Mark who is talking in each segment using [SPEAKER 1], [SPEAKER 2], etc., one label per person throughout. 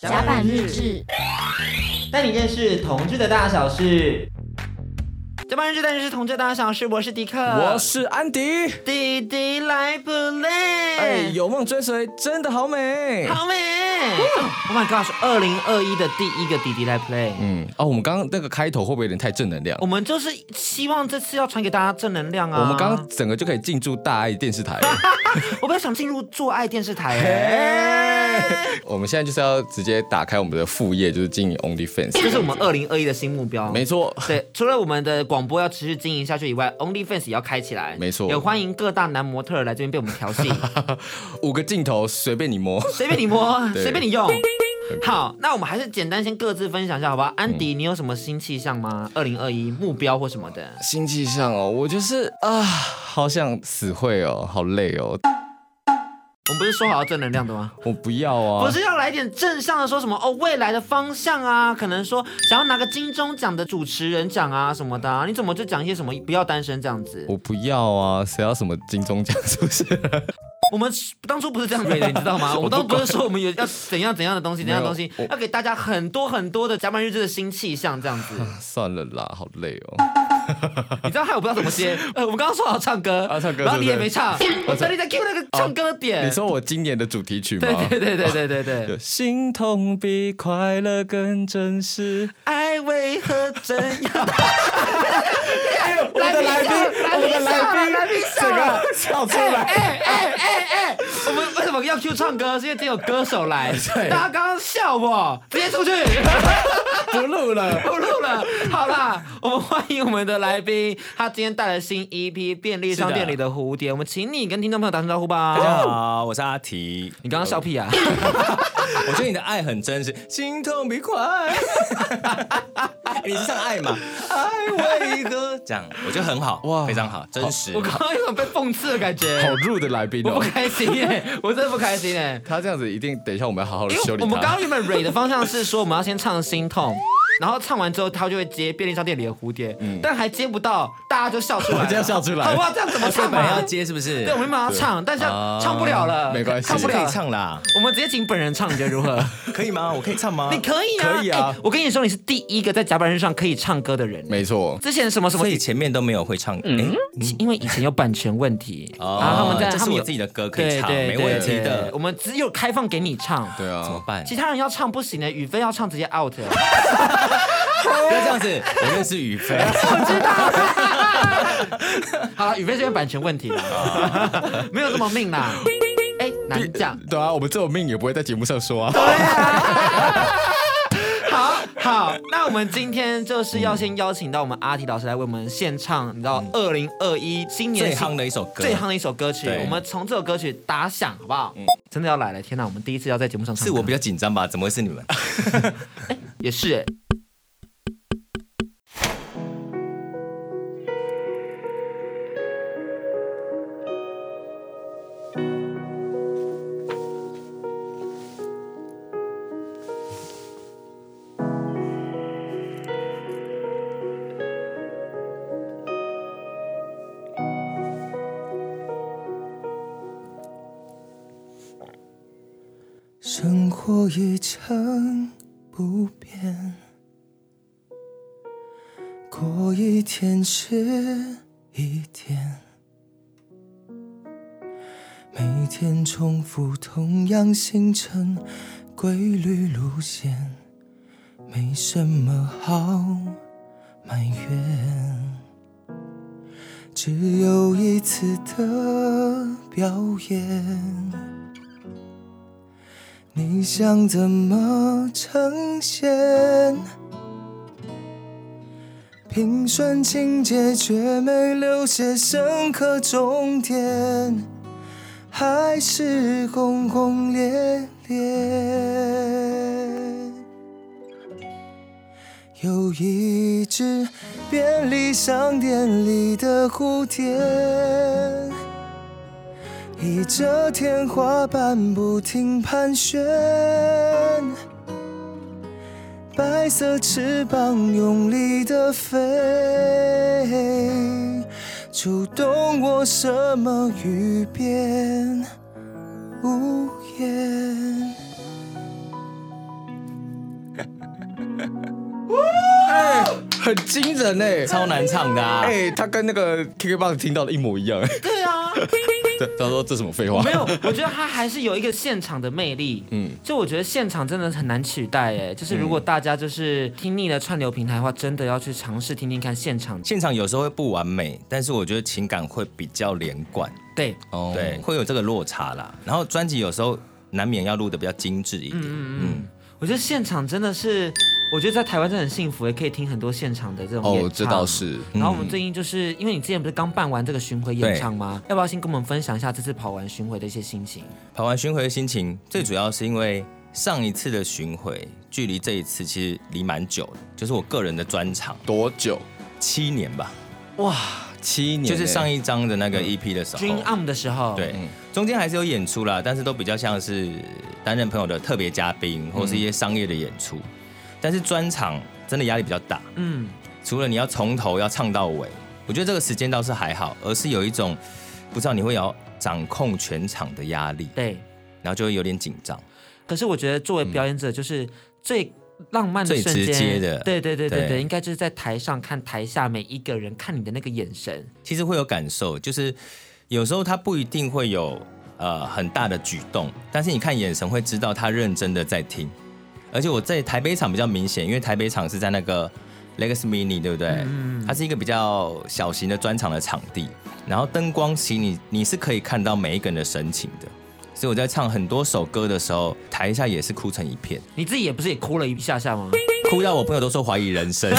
[SPEAKER 1] 甲板日志，
[SPEAKER 2] 带你认识同志的大小事。甲板日志带你认识同志的大小事，我是迪克，
[SPEAKER 3] 我是安迪。
[SPEAKER 2] 弟弟来不累？
[SPEAKER 3] 哎，有梦追随真的好美。
[SPEAKER 2] 好美！Oh my god，是二零二一的第一个弟弟来 play。
[SPEAKER 3] 嗯，哦，我们刚刚那个开头会不会有点太正能量
[SPEAKER 2] 我？们就是希望这次要传给大家正能量啊！
[SPEAKER 3] 我们刚刚整个就可以进驻大爱电 视台。
[SPEAKER 2] 我不要想进入做爱电视台、
[SPEAKER 3] 嘿我们现在就是要直接打开我们的副业，就是经营 OnlyFans。
[SPEAKER 2] 这是我们二零二一的新目标。
[SPEAKER 3] 没错，
[SPEAKER 2] 对，除了我们的广播要持续经营下去以外，OnlyFans 也要开起来。
[SPEAKER 3] 没错
[SPEAKER 2] 也欢迎各大男模特儿来这边被我们调戏，
[SPEAKER 3] 五个镜头随便你摸。
[SPEAKER 2] 随便你摸，
[SPEAKER 3] 对
[SPEAKER 2] 随便你用。好，那我们还是简单先各自分享一下，好不好？
[SPEAKER 3] 嗯
[SPEAKER 2] 安迪，你有什么新气象吗？二零二一目标或什么的？
[SPEAKER 3] 新气象哦，我就是啊，好想死会哦，好累哦，
[SPEAKER 2] 我们不是说好要正能量的吗？
[SPEAKER 3] 我不要啊。
[SPEAKER 2] 不是要来点正向的，说什么哦未来的方向啊，可能说想要拿个金钟奖的主持人奖啊什么的、啊，你怎么就讲一些什么不要单身这样子？
[SPEAKER 3] 我不要啊！谁要什么金钟奖？是不是？
[SPEAKER 2] 我们当初不是这样给的，你知道吗？我们当初不是说我们有要怎样怎样的东西，怎样的东西
[SPEAKER 3] 没有， 我
[SPEAKER 2] 要给大家很多很多的甲板日志的新气象这样子。
[SPEAKER 3] 算了啦，好累哦。
[SPEAKER 2] 你知道害我不知道怎么接。 呃，我们刚刚说好唱歌，
[SPEAKER 3] 啊唱歌
[SPEAKER 2] 然后你也
[SPEAKER 3] 对不对哦
[SPEAKER 2] 没唱，我这里在 Q 那个唱歌的点。
[SPEAKER 3] 你说我今年的主题曲吗？
[SPEAKER 2] 对对对
[SPEAKER 3] 哦
[SPEAKER 2] 对对对对
[SPEAKER 3] 有。心痛比快乐更真实。
[SPEAKER 2] 爱为何这样？
[SPEAKER 3] 我们的 来宾，我们的来宾，整个笑出
[SPEAKER 2] 哎
[SPEAKER 3] 来。
[SPEAKER 2] 我们为什么要 Q 唱歌？是因为今天有歌手来，
[SPEAKER 3] 对
[SPEAKER 2] 大家刚刚笑我，直接出去
[SPEAKER 3] 不录了。
[SPEAKER 2] 不录了。好啦，我们欢迎我们的来宾，他今天带来新 EP《便利商店里的蝴蝶》，我们请你跟听众朋友打声招呼
[SPEAKER 4] 大家
[SPEAKER 2] 吧。
[SPEAKER 4] 好，我是阿提。
[SPEAKER 2] 你刚刚笑屁啊？
[SPEAKER 4] 我觉得你的爱很真实，心痛比快。 欸你是唱爱嘛？爱为何？这样我觉得很好，
[SPEAKER 3] 哇
[SPEAKER 4] 哇，非常好，真实
[SPEAKER 2] 我。刚刚有种被讽刺的感
[SPEAKER 3] 好
[SPEAKER 2] 觉，
[SPEAKER 3] rude 的来宾
[SPEAKER 2] 我
[SPEAKER 3] 哦
[SPEAKER 2] 不，开心耶、我真的不开心耶、
[SPEAKER 3] 他这样子一定，等一下我们要好好的
[SPEAKER 2] 因
[SPEAKER 3] 修
[SPEAKER 2] 为
[SPEAKER 3] 理
[SPEAKER 2] 我们刚
[SPEAKER 3] 他
[SPEAKER 2] 刚。原本蕊的方向是说我们要先唱《心痛》，然后唱完之后他就会接《便利商店里的蝴蝶》，但还接不到，大家就笑出来了，
[SPEAKER 3] 我就要笑出来
[SPEAKER 2] 好不好？这样怎么唱
[SPEAKER 4] 本来
[SPEAKER 2] 嘛
[SPEAKER 4] 要？接是不是？
[SPEAKER 2] 对，我们马上唱，但是
[SPEAKER 4] 啊
[SPEAKER 2] 唱不了了，
[SPEAKER 3] 没关系
[SPEAKER 2] 唱不
[SPEAKER 4] 不可
[SPEAKER 2] 了
[SPEAKER 4] 以。唱啦，
[SPEAKER 2] 我们直接请本人唱，你觉得如何？
[SPEAKER 4] 可以吗？我可以唱吗？
[SPEAKER 2] 你可以啊，
[SPEAKER 3] 可以啊
[SPEAKER 2] 哎我跟你说，你是第一个在甲板日上可以唱歌的人。
[SPEAKER 3] 没错，
[SPEAKER 2] 之前什么什么
[SPEAKER 4] 所，以前面都没有会唱，哎，
[SPEAKER 2] 因为以前有版权问题，
[SPEAKER 4] 哦
[SPEAKER 2] 然后嗯啊他们在
[SPEAKER 4] 这是
[SPEAKER 2] 他们有
[SPEAKER 4] 我自己的歌可以
[SPEAKER 2] 对
[SPEAKER 4] 唱
[SPEAKER 2] 对
[SPEAKER 4] 没
[SPEAKER 2] 对
[SPEAKER 4] 问题
[SPEAKER 2] 对
[SPEAKER 4] 的哦
[SPEAKER 2] 对我们只有开放给你唱，
[SPEAKER 3] 对
[SPEAKER 4] 怎么
[SPEAKER 3] 啊，
[SPEAKER 4] 办？
[SPEAKER 2] 其他人要唱不行的，宇飞要唱直接 out。
[SPEAKER 4] 不要这样子，我认识宇 飞。
[SPEAKER 2] 好了，宇飞这边版权问题 啦，没有这么命啦。哎，难讲。
[SPEAKER 3] 对啊，我们这种命也不会在节目上说啊。
[SPEAKER 2] 好好，那我们今天就是要先邀请到我们阿提老师来为我们献唱，你知道二零二一新年
[SPEAKER 4] 嗯最
[SPEAKER 2] 新
[SPEAKER 4] 夯的一首歌，
[SPEAKER 2] 最夯的一首歌曲，
[SPEAKER 4] 对嗯
[SPEAKER 2] 我们从这首歌曲打响，好不好？真的要来了！天哪，我们第一次要在节目上唱
[SPEAKER 4] 是我
[SPEAKER 2] 歌
[SPEAKER 4] 比较紧张吧？怎么会是你们？
[SPEAKER 2] 也是哎。
[SPEAKER 4] 生活一成不变，过一天是一天，每天重复同样行程，规律路线，没什么好埋怨，只有一次的表演。你想怎么呈现？平顺情节却没留些深刻重点，还是轰轰烈烈。有一只便利商店里的蝴蝶。倚着天花板不停盘旋，白色翅膀用力的飞，触动我什么语变无言。
[SPEAKER 3] 哎，很惊人哎，
[SPEAKER 4] 超难唱的啊！
[SPEAKER 3] 哎，他跟那个 KKBOX 听到的一模一样。
[SPEAKER 2] 对啊，
[SPEAKER 3] 对，他说这什么废话？
[SPEAKER 2] 没有，我觉得他还是有一个现场的魅力。嗯，就我觉得现场真的很难取代哎，就是如果大家就是听腻了串流平台的话，真的要去尝试听听看现场。
[SPEAKER 4] 现场有时候会不完美，但是我觉得情感会比较连贯，
[SPEAKER 2] 对，
[SPEAKER 4] 哦，对，会有这个落差啦。然后专辑有时候难免要录的比较精致一点，嗯，
[SPEAKER 2] 我觉得现场真的是，我觉得在台湾真的很幸福也可以听很多现场的这种演
[SPEAKER 3] 哦
[SPEAKER 2] 唱。，
[SPEAKER 3] 这倒。是。嗯
[SPEAKER 2] 然后我们最近就是因为你之前不是刚办完这个巡回演唱吗？要不要先跟我们分享一下这次跑完巡回的一些心情？
[SPEAKER 4] 跑完巡回的心情，最主要是因为上一次的巡回距离这一次其实离蛮久的，就是我个人的专场
[SPEAKER 3] 多久？
[SPEAKER 4] 七年吧，
[SPEAKER 3] 七年欸，嗯啊
[SPEAKER 4] 就是上一张的那个 EP 的时
[SPEAKER 3] 哦
[SPEAKER 4] 候，
[SPEAKER 2] Dream On 的时候，
[SPEAKER 4] 对，中间还是有演出啦，但是都比较像是担任朋友的特别嘉宾或是一些商业的演出，但是专场真的压力比较大，
[SPEAKER 2] 嗯，
[SPEAKER 4] 除了你要从头要唱到尾，我觉得这个时间倒是还好，而是有一种不知道你会要掌控全场的压力，
[SPEAKER 2] 对。
[SPEAKER 4] 然后就会有点紧张。
[SPEAKER 2] 可是我觉得作为表演者，就是最浪漫的
[SPEAKER 4] 嗯最
[SPEAKER 2] 瞬
[SPEAKER 4] 直
[SPEAKER 2] 间，
[SPEAKER 4] 接的
[SPEAKER 2] 对对对对
[SPEAKER 4] 对
[SPEAKER 2] 对，应该就是在台上看台下每一个人看你的那个眼神，
[SPEAKER 4] 其实会有感受，就是有时候他不一定会有呃很大的举动，但是你看眼神会知道他认真的在听。而且我在台北场比较明显，因为台北场是在那个 Legacy Mini，对不对？它是一个比较小型的专场的场地，然后灯光其实你你是可以看到每一个人的神情的。所以我在唱很多首歌的时候，台下也是哭成一片，
[SPEAKER 2] 你自己也不是也哭了一下下 吗？
[SPEAKER 4] 哭到我朋友都说怀疑人生。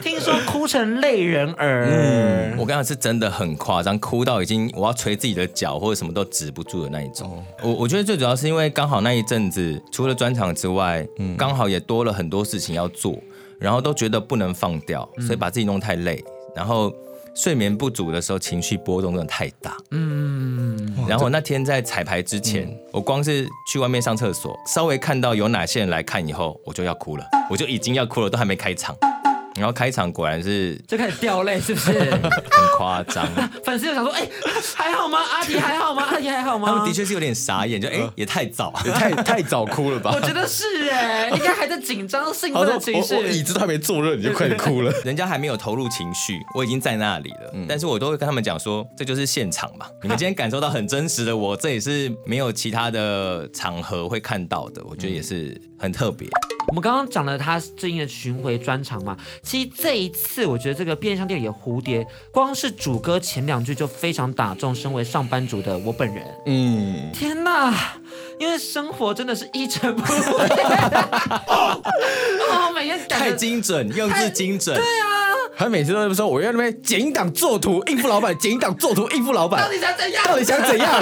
[SPEAKER 2] 听说哭成泪人儿，
[SPEAKER 4] 我刚刚是真的很夸张，哭到已经我要捶自己的脚或者什么都止不住的那一种。我我觉得最主要是因为刚好那一阵子除了专场之外，刚好也多了很多事情要做，然后都觉得不能放掉，所以把自己弄太累，然后睡眠不足的时候情绪波动真的太大。然后我那天在彩排之前，我光是去外面上厕所，稍微看到有哪些人来看以后，我就要哭了，我就已经要哭了，都还没开场。然后开场果然是
[SPEAKER 2] 就开始掉泪，是不 是？
[SPEAKER 4] 很夸张。
[SPEAKER 2] 粉丝就想说，哎、还好吗？阿迪还好吗？阿迪还好吗？
[SPEAKER 4] 他们的，确是有点傻眼，就哎、也太早，
[SPEAKER 3] 嗯也太 太早哭了吧
[SPEAKER 2] 我？觉得是哎、应该还在紧张兴
[SPEAKER 3] 他
[SPEAKER 2] 奋
[SPEAKER 3] 说
[SPEAKER 2] 的情
[SPEAKER 3] 我我椅
[SPEAKER 2] 绪。
[SPEAKER 3] 子都还没坐热，你就快点哭了。嗯
[SPEAKER 4] 人家还没有投入情绪，我已经在那里了。但是我都会跟他们讲说，这就是现场嘛，你们今天感受到很真实的我，这也是没有其他的场合会看到的，我
[SPEAKER 3] 嗯
[SPEAKER 4] 觉得也是很特别。
[SPEAKER 2] 我们刚刚讲了他最近的巡回专场嘛，其实这一次我觉得这个便利商店里的蝴蝶，光是主歌前两句就非常打中身为上班族的我本人。
[SPEAKER 3] 嗯，
[SPEAKER 2] 天呐，因为生活真的是一成不变， 哦，每天感
[SPEAKER 4] 太
[SPEAKER 2] 觉
[SPEAKER 4] 精准，用字精准，
[SPEAKER 2] 啊
[SPEAKER 3] 他每次都在说我要那边剪影档做图应付老板，剪影档做图应付老
[SPEAKER 2] 到
[SPEAKER 3] 板，
[SPEAKER 2] 底想怎样？
[SPEAKER 3] 到底想怎样？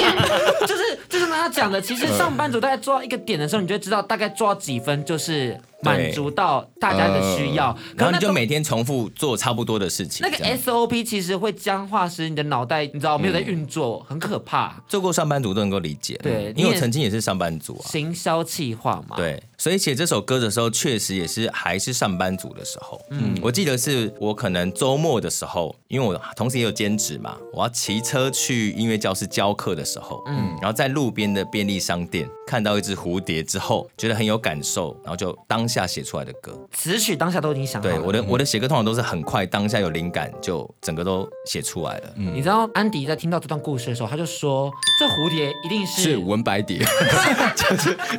[SPEAKER 2] 就是就是刚刚讲的，其实上班族大概做到一个点的时候，你就会知道大概做到几分就是满足到大家的需要。可是那
[SPEAKER 4] 呃然后你就
[SPEAKER 2] 都
[SPEAKER 4] 每天重复做差不多的事情。
[SPEAKER 2] 那个
[SPEAKER 4] 这样
[SPEAKER 2] SOP 其实会僵化，使你的脑袋你知道没有在运
[SPEAKER 4] 嗯
[SPEAKER 2] 作，很可怕。
[SPEAKER 4] 做过上班族都能够理解，
[SPEAKER 2] 对你
[SPEAKER 4] 因为
[SPEAKER 2] 也
[SPEAKER 4] 我曾经也是上班族啊。
[SPEAKER 2] 行销气化
[SPEAKER 3] 啊
[SPEAKER 2] 嘛，，
[SPEAKER 4] 对，所以写这首歌的时候，确实也是还是上班族的时候。嗯，我记得是我可能周末的时候，因为我同时也有兼职嘛，我要骑车去音乐教室教课的时候，嗯，然后在路边的便利商店看到一只蝴蝶之后，觉得很有感受，然后就当下写出来的歌。
[SPEAKER 2] 词曲当下都已经
[SPEAKER 3] 啊
[SPEAKER 2] 想好
[SPEAKER 4] 对，
[SPEAKER 2] 了。
[SPEAKER 4] 我的我的写歌通常都是很快，当下有灵感就整个都写出来
[SPEAKER 3] 嗯
[SPEAKER 4] 了。
[SPEAKER 2] 嗯你知道安迪在听到这段故事的时候，他就说：“这蝴蝶一定
[SPEAKER 3] 是文白哦蝶，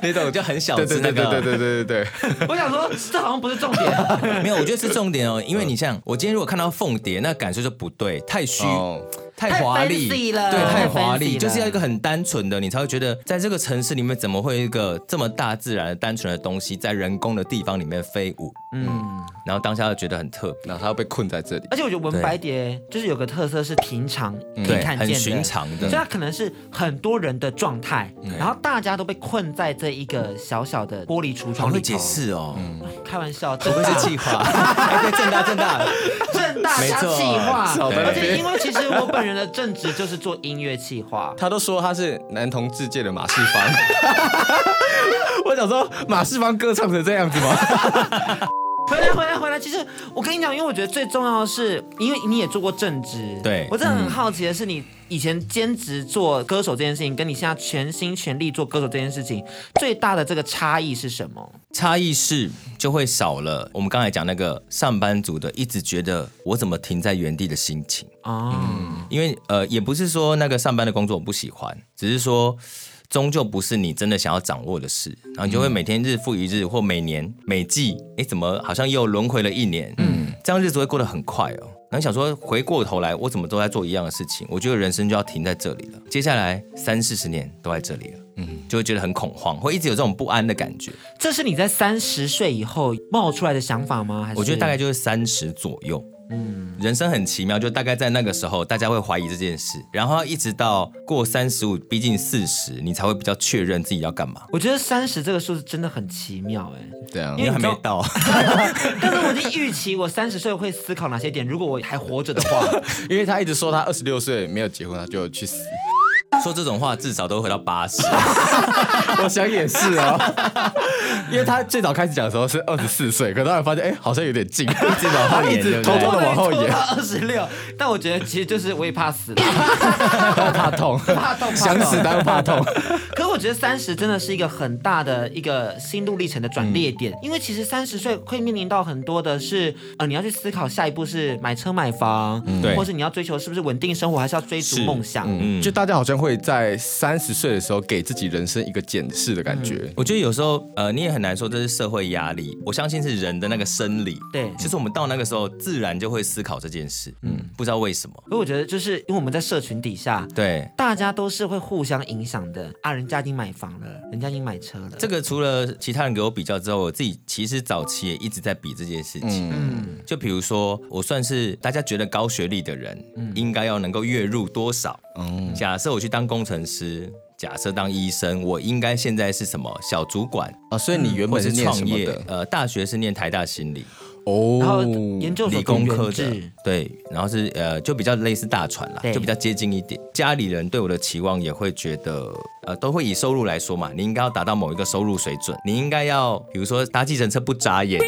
[SPEAKER 4] 那种就很小
[SPEAKER 3] 对
[SPEAKER 4] 只
[SPEAKER 3] 对
[SPEAKER 4] 那
[SPEAKER 3] 对
[SPEAKER 4] 个，
[SPEAKER 3] 对对对对对对，
[SPEAKER 2] 我想说，这好像不是重 点。
[SPEAKER 4] 没有，我觉得是重点哦，因为你像我今天如果看到凤蝶，那感受就不对，太虚、
[SPEAKER 3] 哦
[SPEAKER 4] 太华丽
[SPEAKER 2] 太 fancy 了
[SPEAKER 4] 对，
[SPEAKER 2] 太
[SPEAKER 4] 太华
[SPEAKER 2] fancy
[SPEAKER 4] 丽，
[SPEAKER 2] 了
[SPEAKER 4] 就是要一个很单纯的，你才会觉得在这个城市里面怎么会有一个这么大自然的单纯的东西在人工的地方里面飞舞，嗯，然后当下就觉得很特别，
[SPEAKER 3] 然后他要被困在这里。
[SPEAKER 2] 而且我觉得文白蝶就是有个特色是平常可以
[SPEAKER 4] 嗯对，
[SPEAKER 2] 看见
[SPEAKER 4] 很
[SPEAKER 2] 的，
[SPEAKER 4] 寻常
[SPEAKER 2] 所
[SPEAKER 4] 的嗯
[SPEAKER 2] 以。它可能是很多人的状态，然后大家都被困在这一个小小的玻璃橱
[SPEAKER 4] 好
[SPEAKER 2] 窗里
[SPEAKER 4] 会
[SPEAKER 2] 头
[SPEAKER 4] 解，释哦，
[SPEAKER 2] 开玩笑，
[SPEAKER 4] 不
[SPEAKER 2] 正
[SPEAKER 4] 会是
[SPEAKER 2] 大
[SPEAKER 4] 气话， 哎对，正大正大，
[SPEAKER 2] 正大
[SPEAKER 4] 没
[SPEAKER 2] 加
[SPEAKER 4] 错
[SPEAKER 2] 气化，
[SPEAKER 3] 少在那
[SPEAKER 2] 而且
[SPEAKER 3] 边
[SPEAKER 2] 因为其实我本人的正职就是做音乐气化，
[SPEAKER 3] 他都说他是男同志界的马世芳， 我想说马世芳歌唱成这样子吗？
[SPEAKER 2] 回来回来回来。其实我跟你讲，因为我觉得最重要的是，因为你也做过正职，
[SPEAKER 4] 对
[SPEAKER 2] 我真的很好奇的是，你以前兼职做歌手这件事情，跟你现在全心全力做歌手这件事情，最大的这个差异是什么？
[SPEAKER 4] 差异是就会少了我们刚才讲那个上班族的一直觉得我怎么停在原地的心情，
[SPEAKER 2] 哦，
[SPEAKER 3] 嗯
[SPEAKER 4] 因为呃也不是说那个上班的工作我不喜欢，只是说终究不是你真的想要掌握的事，然后你就会每天日复一日或每年每季，哎怎么好像又轮回了一年，嗯，这样日子会过得很快哦。然后想说回过头来我怎么都在做一样的事情，我觉得人生就要停在这里了，接下来三四十年都在这里了，嗯，就会觉得很恐慌，会一直有这种不安的感觉。
[SPEAKER 2] 这是你在三十岁以后冒出来的想法吗？还是
[SPEAKER 4] 我觉得大概就是三十左右。嗯，人生很奇妙，就大概在那个时候，大家会怀疑这件事，然后一直到过三十五，逼近四十，你才会比较确认自己要干嘛。
[SPEAKER 2] 我觉得三十这个数字真的很奇妙哎、
[SPEAKER 3] 对啊
[SPEAKER 2] 因为
[SPEAKER 4] 因为
[SPEAKER 2] 你
[SPEAKER 4] 还
[SPEAKER 2] 知道
[SPEAKER 4] 没到，
[SPEAKER 2] 但是我已经预期我三十岁会思考哪些点，如果我还活着的话，
[SPEAKER 3] 因为他一直说他二十六岁没有结婚，他就去死。
[SPEAKER 4] 说这种话至少都会回到八十。
[SPEAKER 3] 我想也是哦， 因为他最早开始讲的时候是二十四岁，可突然发现哎、好像有点近，一直往后延， 偷偷的往后
[SPEAKER 2] 拖
[SPEAKER 3] 延
[SPEAKER 2] 到，二十六。但我觉得其实就是我也怕死了，
[SPEAKER 3] 怕痛，
[SPEAKER 2] 怕痛，怕痛
[SPEAKER 3] 想死但又怕痛。
[SPEAKER 2] 可我觉得三十真的是一个很大的一个心路历程的转
[SPEAKER 4] 嗯
[SPEAKER 2] 捩点，因为其实三十岁会面临到很多的是，呃，你要去思考下一步是买车买房，
[SPEAKER 4] 对
[SPEAKER 2] 或是你要追求是不是稳定生活，还是要追逐
[SPEAKER 4] 嗯是嗯
[SPEAKER 2] 梦想。
[SPEAKER 3] 就大家好像会在三十岁的时候给自己人生一个检视的感觉。
[SPEAKER 4] 我觉得有时候，呃，你也很难说这是社会压力，我相信是人的那个生理。
[SPEAKER 2] 对
[SPEAKER 4] 其实我们到那个时候，自然就会思考这件事。嗯，不知道为什么。
[SPEAKER 2] 所以我觉得就是因为我们在社群底下，
[SPEAKER 4] 对，
[SPEAKER 2] 大家都是会互相影响的啊，人家已经买房了，人家已经买车了，
[SPEAKER 4] 这个除了其他人给我比较之后，我自己其实早期也一直在比这件事情。嗯，就比如说，我算是大家觉得高学历的人，
[SPEAKER 3] 嗯
[SPEAKER 4] 应该要能够月入多少？
[SPEAKER 3] 哦
[SPEAKER 4] 嗯，假设我去当工程师，假设当医生，我应该现在是什么小主管，
[SPEAKER 3] 啊，所以你原
[SPEAKER 4] 或
[SPEAKER 3] 本
[SPEAKER 4] 者
[SPEAKER 3] 是
[SPEAKER 4] 是
[SPEAKER 3] 念
[SPEAKER 4] 创
[SPEAKER 3] 什么
[SPEAKER 4] 业
[SPEAKER 3] 的？？
[SPEAKER 4] 呃，大学是念台大心理，
[SPEAKER 3] 哦，
[SPEAKER 2] 然后研究所
[SPEAKER 4] 理工
[SPEAKER 2] 读
[SPEAKER 4] 科
[SPEAKER 2] 原
[SPEAKER 4] 的
[SPEAKER 2] 制，
[SPEAKER 4] 对，然后是呃，就比较类似大船啦
[SPEAKER 2] 对，
[SPEAKER 4] 就比较接近一点。家里人对我的期望也会觉得，呃，都会以收入来说嘛，你应该要达到某一个收入水准，你应该要，比如说搭计程车不眨眼，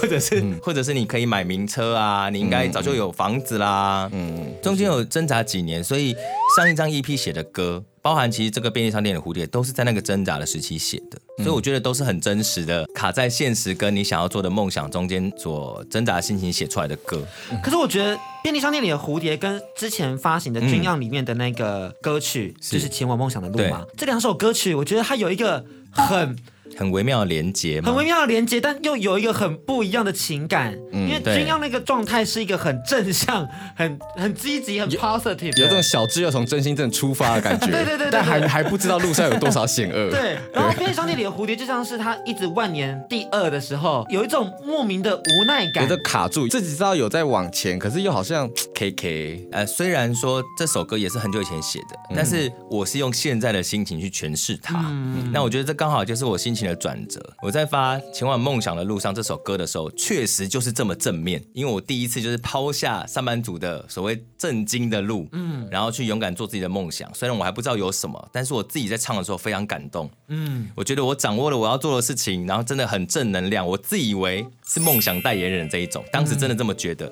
[SPEAKER 4] 或者是、或者是你可以买名车啊，你应该早就有房子啦，嗯，中间有挣扎几年，所以上一张 EP 写的歌。包含其实这个便利商店的蝴蝶都是在那个挣扎的时期写的，所以我觉得都是很真实的，卡在现实跟你想要做的梦想中间所挣扎的心情写出来的歌。
[SPEAKER 2] 可是我觉得《便利商店里的蝴蝶》跟之前发行的《军样》里面的那个歌曲，
[SPEAKER 3] 嗯
[SPEAKER 2] 就是《前往梦想的路》嘛。这两首歌曲，我觉得它有一个很
[SPEAKER 4] 很微妙的连接嘛，
[SPEAKER 2] 很微妙的连接，但又有一个很不一样的情感。
[SPEAKER 3] 嗯
[SPEAKER 2] 因为《
[SPEAKER 4] 对
[SPEAKER 2] 军样》那个状态是一个很正向、很很积极、很 positive，的
[SPEAKER 3] 有种小智又从真心正出发的感觉，
[SPEAKER 2] 对对对对
[SPEAKER 3] 但还
[SPEAKER 2] 对
[SPEAKER 3] 还不知道路上有多少险恶。
[SPEAKER 2] 对，然后便利商店里的蝴蝶就像是它一直万年第二的时候，有一种莫名的无奈
[SPEAKER 3] 有
[SPEAKER 2] 感
[SPEAKER 3] 的。卡住，自己知道有在往前，可是又好像 K K
[SPEAKER 4] 呃，虽然说这首歌也是很久以前写的，
[SPEAKER 2] 嗯
[SPEAKER 4] 但是我是用现在的心情去诠释它。
[SPEAKER 2] 嗯
[SPEAKER 4] 那我觉得这刚好就是我心情的转折。我在发《前往梦想的路上》这首歌的时候，确实就是这么正面，因为我第一次就是抛下上班族的所谓正经的路，嗯，然后去勇敢做自己的梦想。虽然我还不知道有什么，但是我自己在唱的时候非常感动。嗯，我觉得我掌握了我要做的事情，然后真的很正能量。我自以为是梦想代言人这一种，当时真的这么觉得。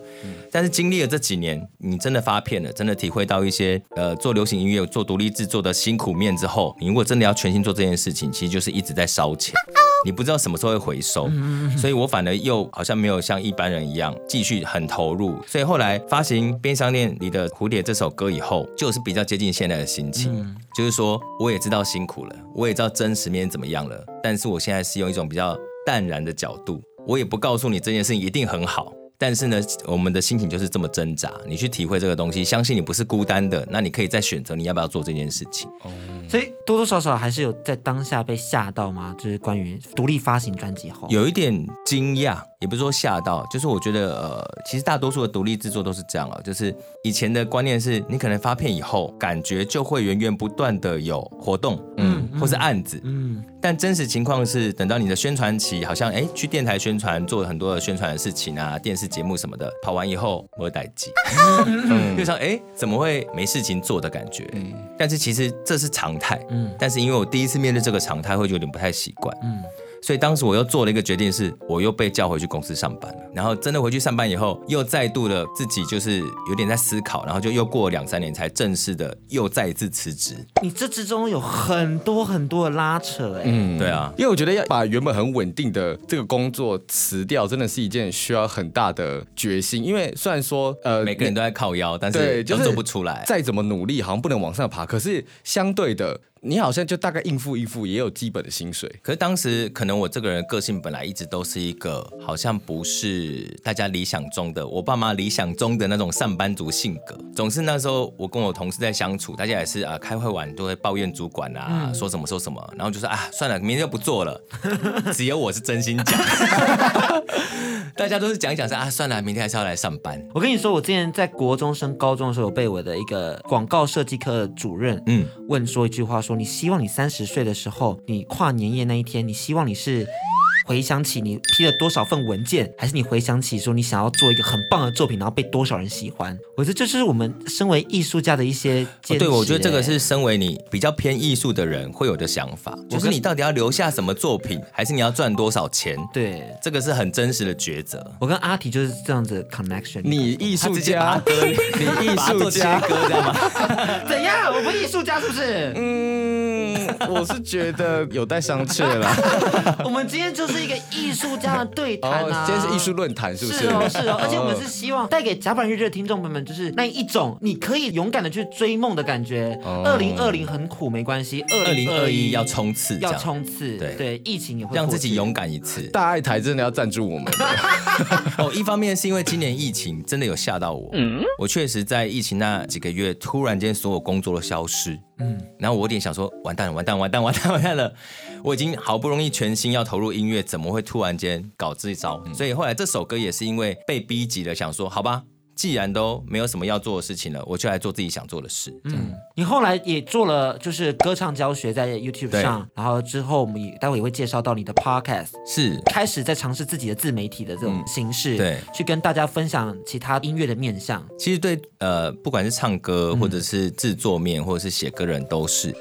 [SPEAKER 4] 但是经历了这几年，你真的发片了，真的体会到一些呃做流行音乐、做独立制作的辛苦面之后，你如果真的要全心做这件事情，其实就是一直在烧钱。你不知道什么时候会回收，所以我反而又好像没有像一般人一样继续很投入，所以后来发行《边商店里的蝴蝶》这首歌以后，就是比较接近现在的心情，就是说我也知道辛苦了，我也知道真实面怎么样了，但是我现在是用一种比较淡然的角度，我也不告诉你这件事情一定很好。但是呢，我们的心情就是这么挣扎。你去体会这个东西，相信你不是孤单的。那你可以再选择你要不要做这件事情。
[SPEAKER 2] 所以多多少少还是有在当下被吓到吗？就是关于独立发行专辑后，
[SPEAKER 4] 有一点惊讶，也不是说吓到，就是我觉得呃，其实大多数的独立制作都是这样啊，就是以前的观念是你可能发片以后，感觉就会源源不断的有活动，嗯，或是案子，
[SPEAKER 2] 嗯。
[SPEAKER 4] 但真实情况是，等到你的宣传期，好像哎去电台宣传，做了很多的宣传的事情啊，电视节目什么的，跑完以后我逮鸡，就像哎怎么会没事情做的感觉？但是其实这是常态，嗯，但是因为我第一次面对这个常态，会有点不太习惯，嗯。所以当时我又做了一个决定是，我又被叫回去公司上班了。然后真的回去上班以后，又再度的自己就是有点在思考，然后就又过了两三年才正式的又再一次辞职。
[SPEAKER 2] 你这之中有很多很多的拉扯、哎、
[SPEAKER 4] 对啊，
[SPEAKER 3] 因为我觉得要把原本很稳定的这个工作辞掉，真的是一件需要很大的决心。因为虽然说，呃，
[SPEAKER 4] 每个人都在靠腰，但是
[SPEAKER 3] 对，
[SPEAKER 4] 都
[SPEAKER 3] 就是
[SPEAKER 4] 做不出来。
[SPEAKER 3] 再怎么努力，好像不能往上爬。可是相对的，你好像就大概应付应付，也有基本的薪水。
[SPEAKER 4] 可是当时可能我这个人个性本来一直都是一个好像不是大家理想中的，我爸妈理想中的那种上班族性格。总是那时候我跟我同事在相处，大家也是啊、开会完都会抱怨主管啊，
[SPEAKER 3] 嗯
[SPEAKER 4] 说什么说什么，然后就说啊，算了，明天就不做了。 只有我是 真心讲，大家都是讲一讲说啊，算了，明天还是要来上班。
[SPEAKER 2] 我跟你说，我之前在国中升高中的时候，有被我的一个广告设计科的主任，嗯
[SPEAKER 4] 嗯，
[SPEAKER 2] 问说一句话说你希望你三十岁的时候，你跨年夜那一天，你希望你是回想起你批了多少份文件，还是你回想起说你想要做一个很棒的作品，然后被多少人喜欢？我觉得这就是我们身为艺术家的一些坚持、
[SPEAKER 4] 哦对，我觉得这个
[SPEAKER 2] 哎
[SPEAKER 4] 是身为你比较偏艺术的人会有的想法，就是你到底要留下什么作品，还是你要赚多少钱？
[SPEAKER 2] 对。
[SPEAKER 4] 这个是很真实的抉择。
[SPEAKER 2] 我跟阿提就是这样子的 connection。
[SPEAKER 3] 你艺术家，你艺
[SPEAKER 4] 把它
[SPEAKER 3] 术
[SPEAKER 4] 做切
[SPEAKER 3] 家，
[SPEAKER 4] 割，知道吗？
[SPEAKER 2] 怎样？我们艺术家是不是？
[SPEAKER 3] 嗯，我是觉得有待商榷啦。
[SPEAKER 2] 我们今天就是一个艺术家的对谈
[SPEAKER 3] 哦
[SPEAKER 2] 啊。，
[SPEAKER 3] 今天是艺术论坛，是不
[SPEAKER 2] 是哦，是哦，而且我们是希望带给甲板日志的听众朋友们，就是那一种你可以勇敢的去追梦的感觉。二零二零很苦没关系，二
[SPEAKER 4] 哦二零二一要
[SPEAKER 2] 冲
[SPEAKER 4] 冲刺，这
[SPEAKER 2] 要
[SPEAKER 4] 样
[SPEAKER 2] 冲刺，
[SPEAKER 4] 对
[SPEAKER 2] 对，疫情也会
[SPEAKER 4] 让
[SPEAKER 2] 过
[SPEAKER 4] 自己
[SPEAKER 2] 去
[SPEAKER 4] 勇敢一次。
[SPEAKER 3] 大爱台真的要赞助我们。
[SPEAKER 4] 哦，一方面是因为今年疫情真的有吓到我，我确实在疫情那几个月突然间所有工作都消失，嗯，然后我有点想说，完蛋了，完蛋，完蛋，完蛋，完蛋了，我已经好不容易全心要投入音乐，怎么会突然间搞这一招？所以后来这首歌也是因为被逼急了，想说好吧。既然都没有什么要做的事情了，我就来做自己想做的事。嗯，
[SPEAKER 2] 你后来也做了，就是歌唱教学在 YouTube
[SPEAKER 4] 对
[SPEAKER 2] 上，然后之后我们也待会也会介绍到你的 Podcast，
[SPEAKER 4] 是
[SPEAKER 2] 开始在尝试自己的自媒体的这种形式，
[SPEAKER 4] 对
[SPEAKER 2] 去跟大家分享其他音乐的面向。
[SPEAKER 4] 其实对呃，不管是唱歌，或者是制作面，或者是写歌人，都是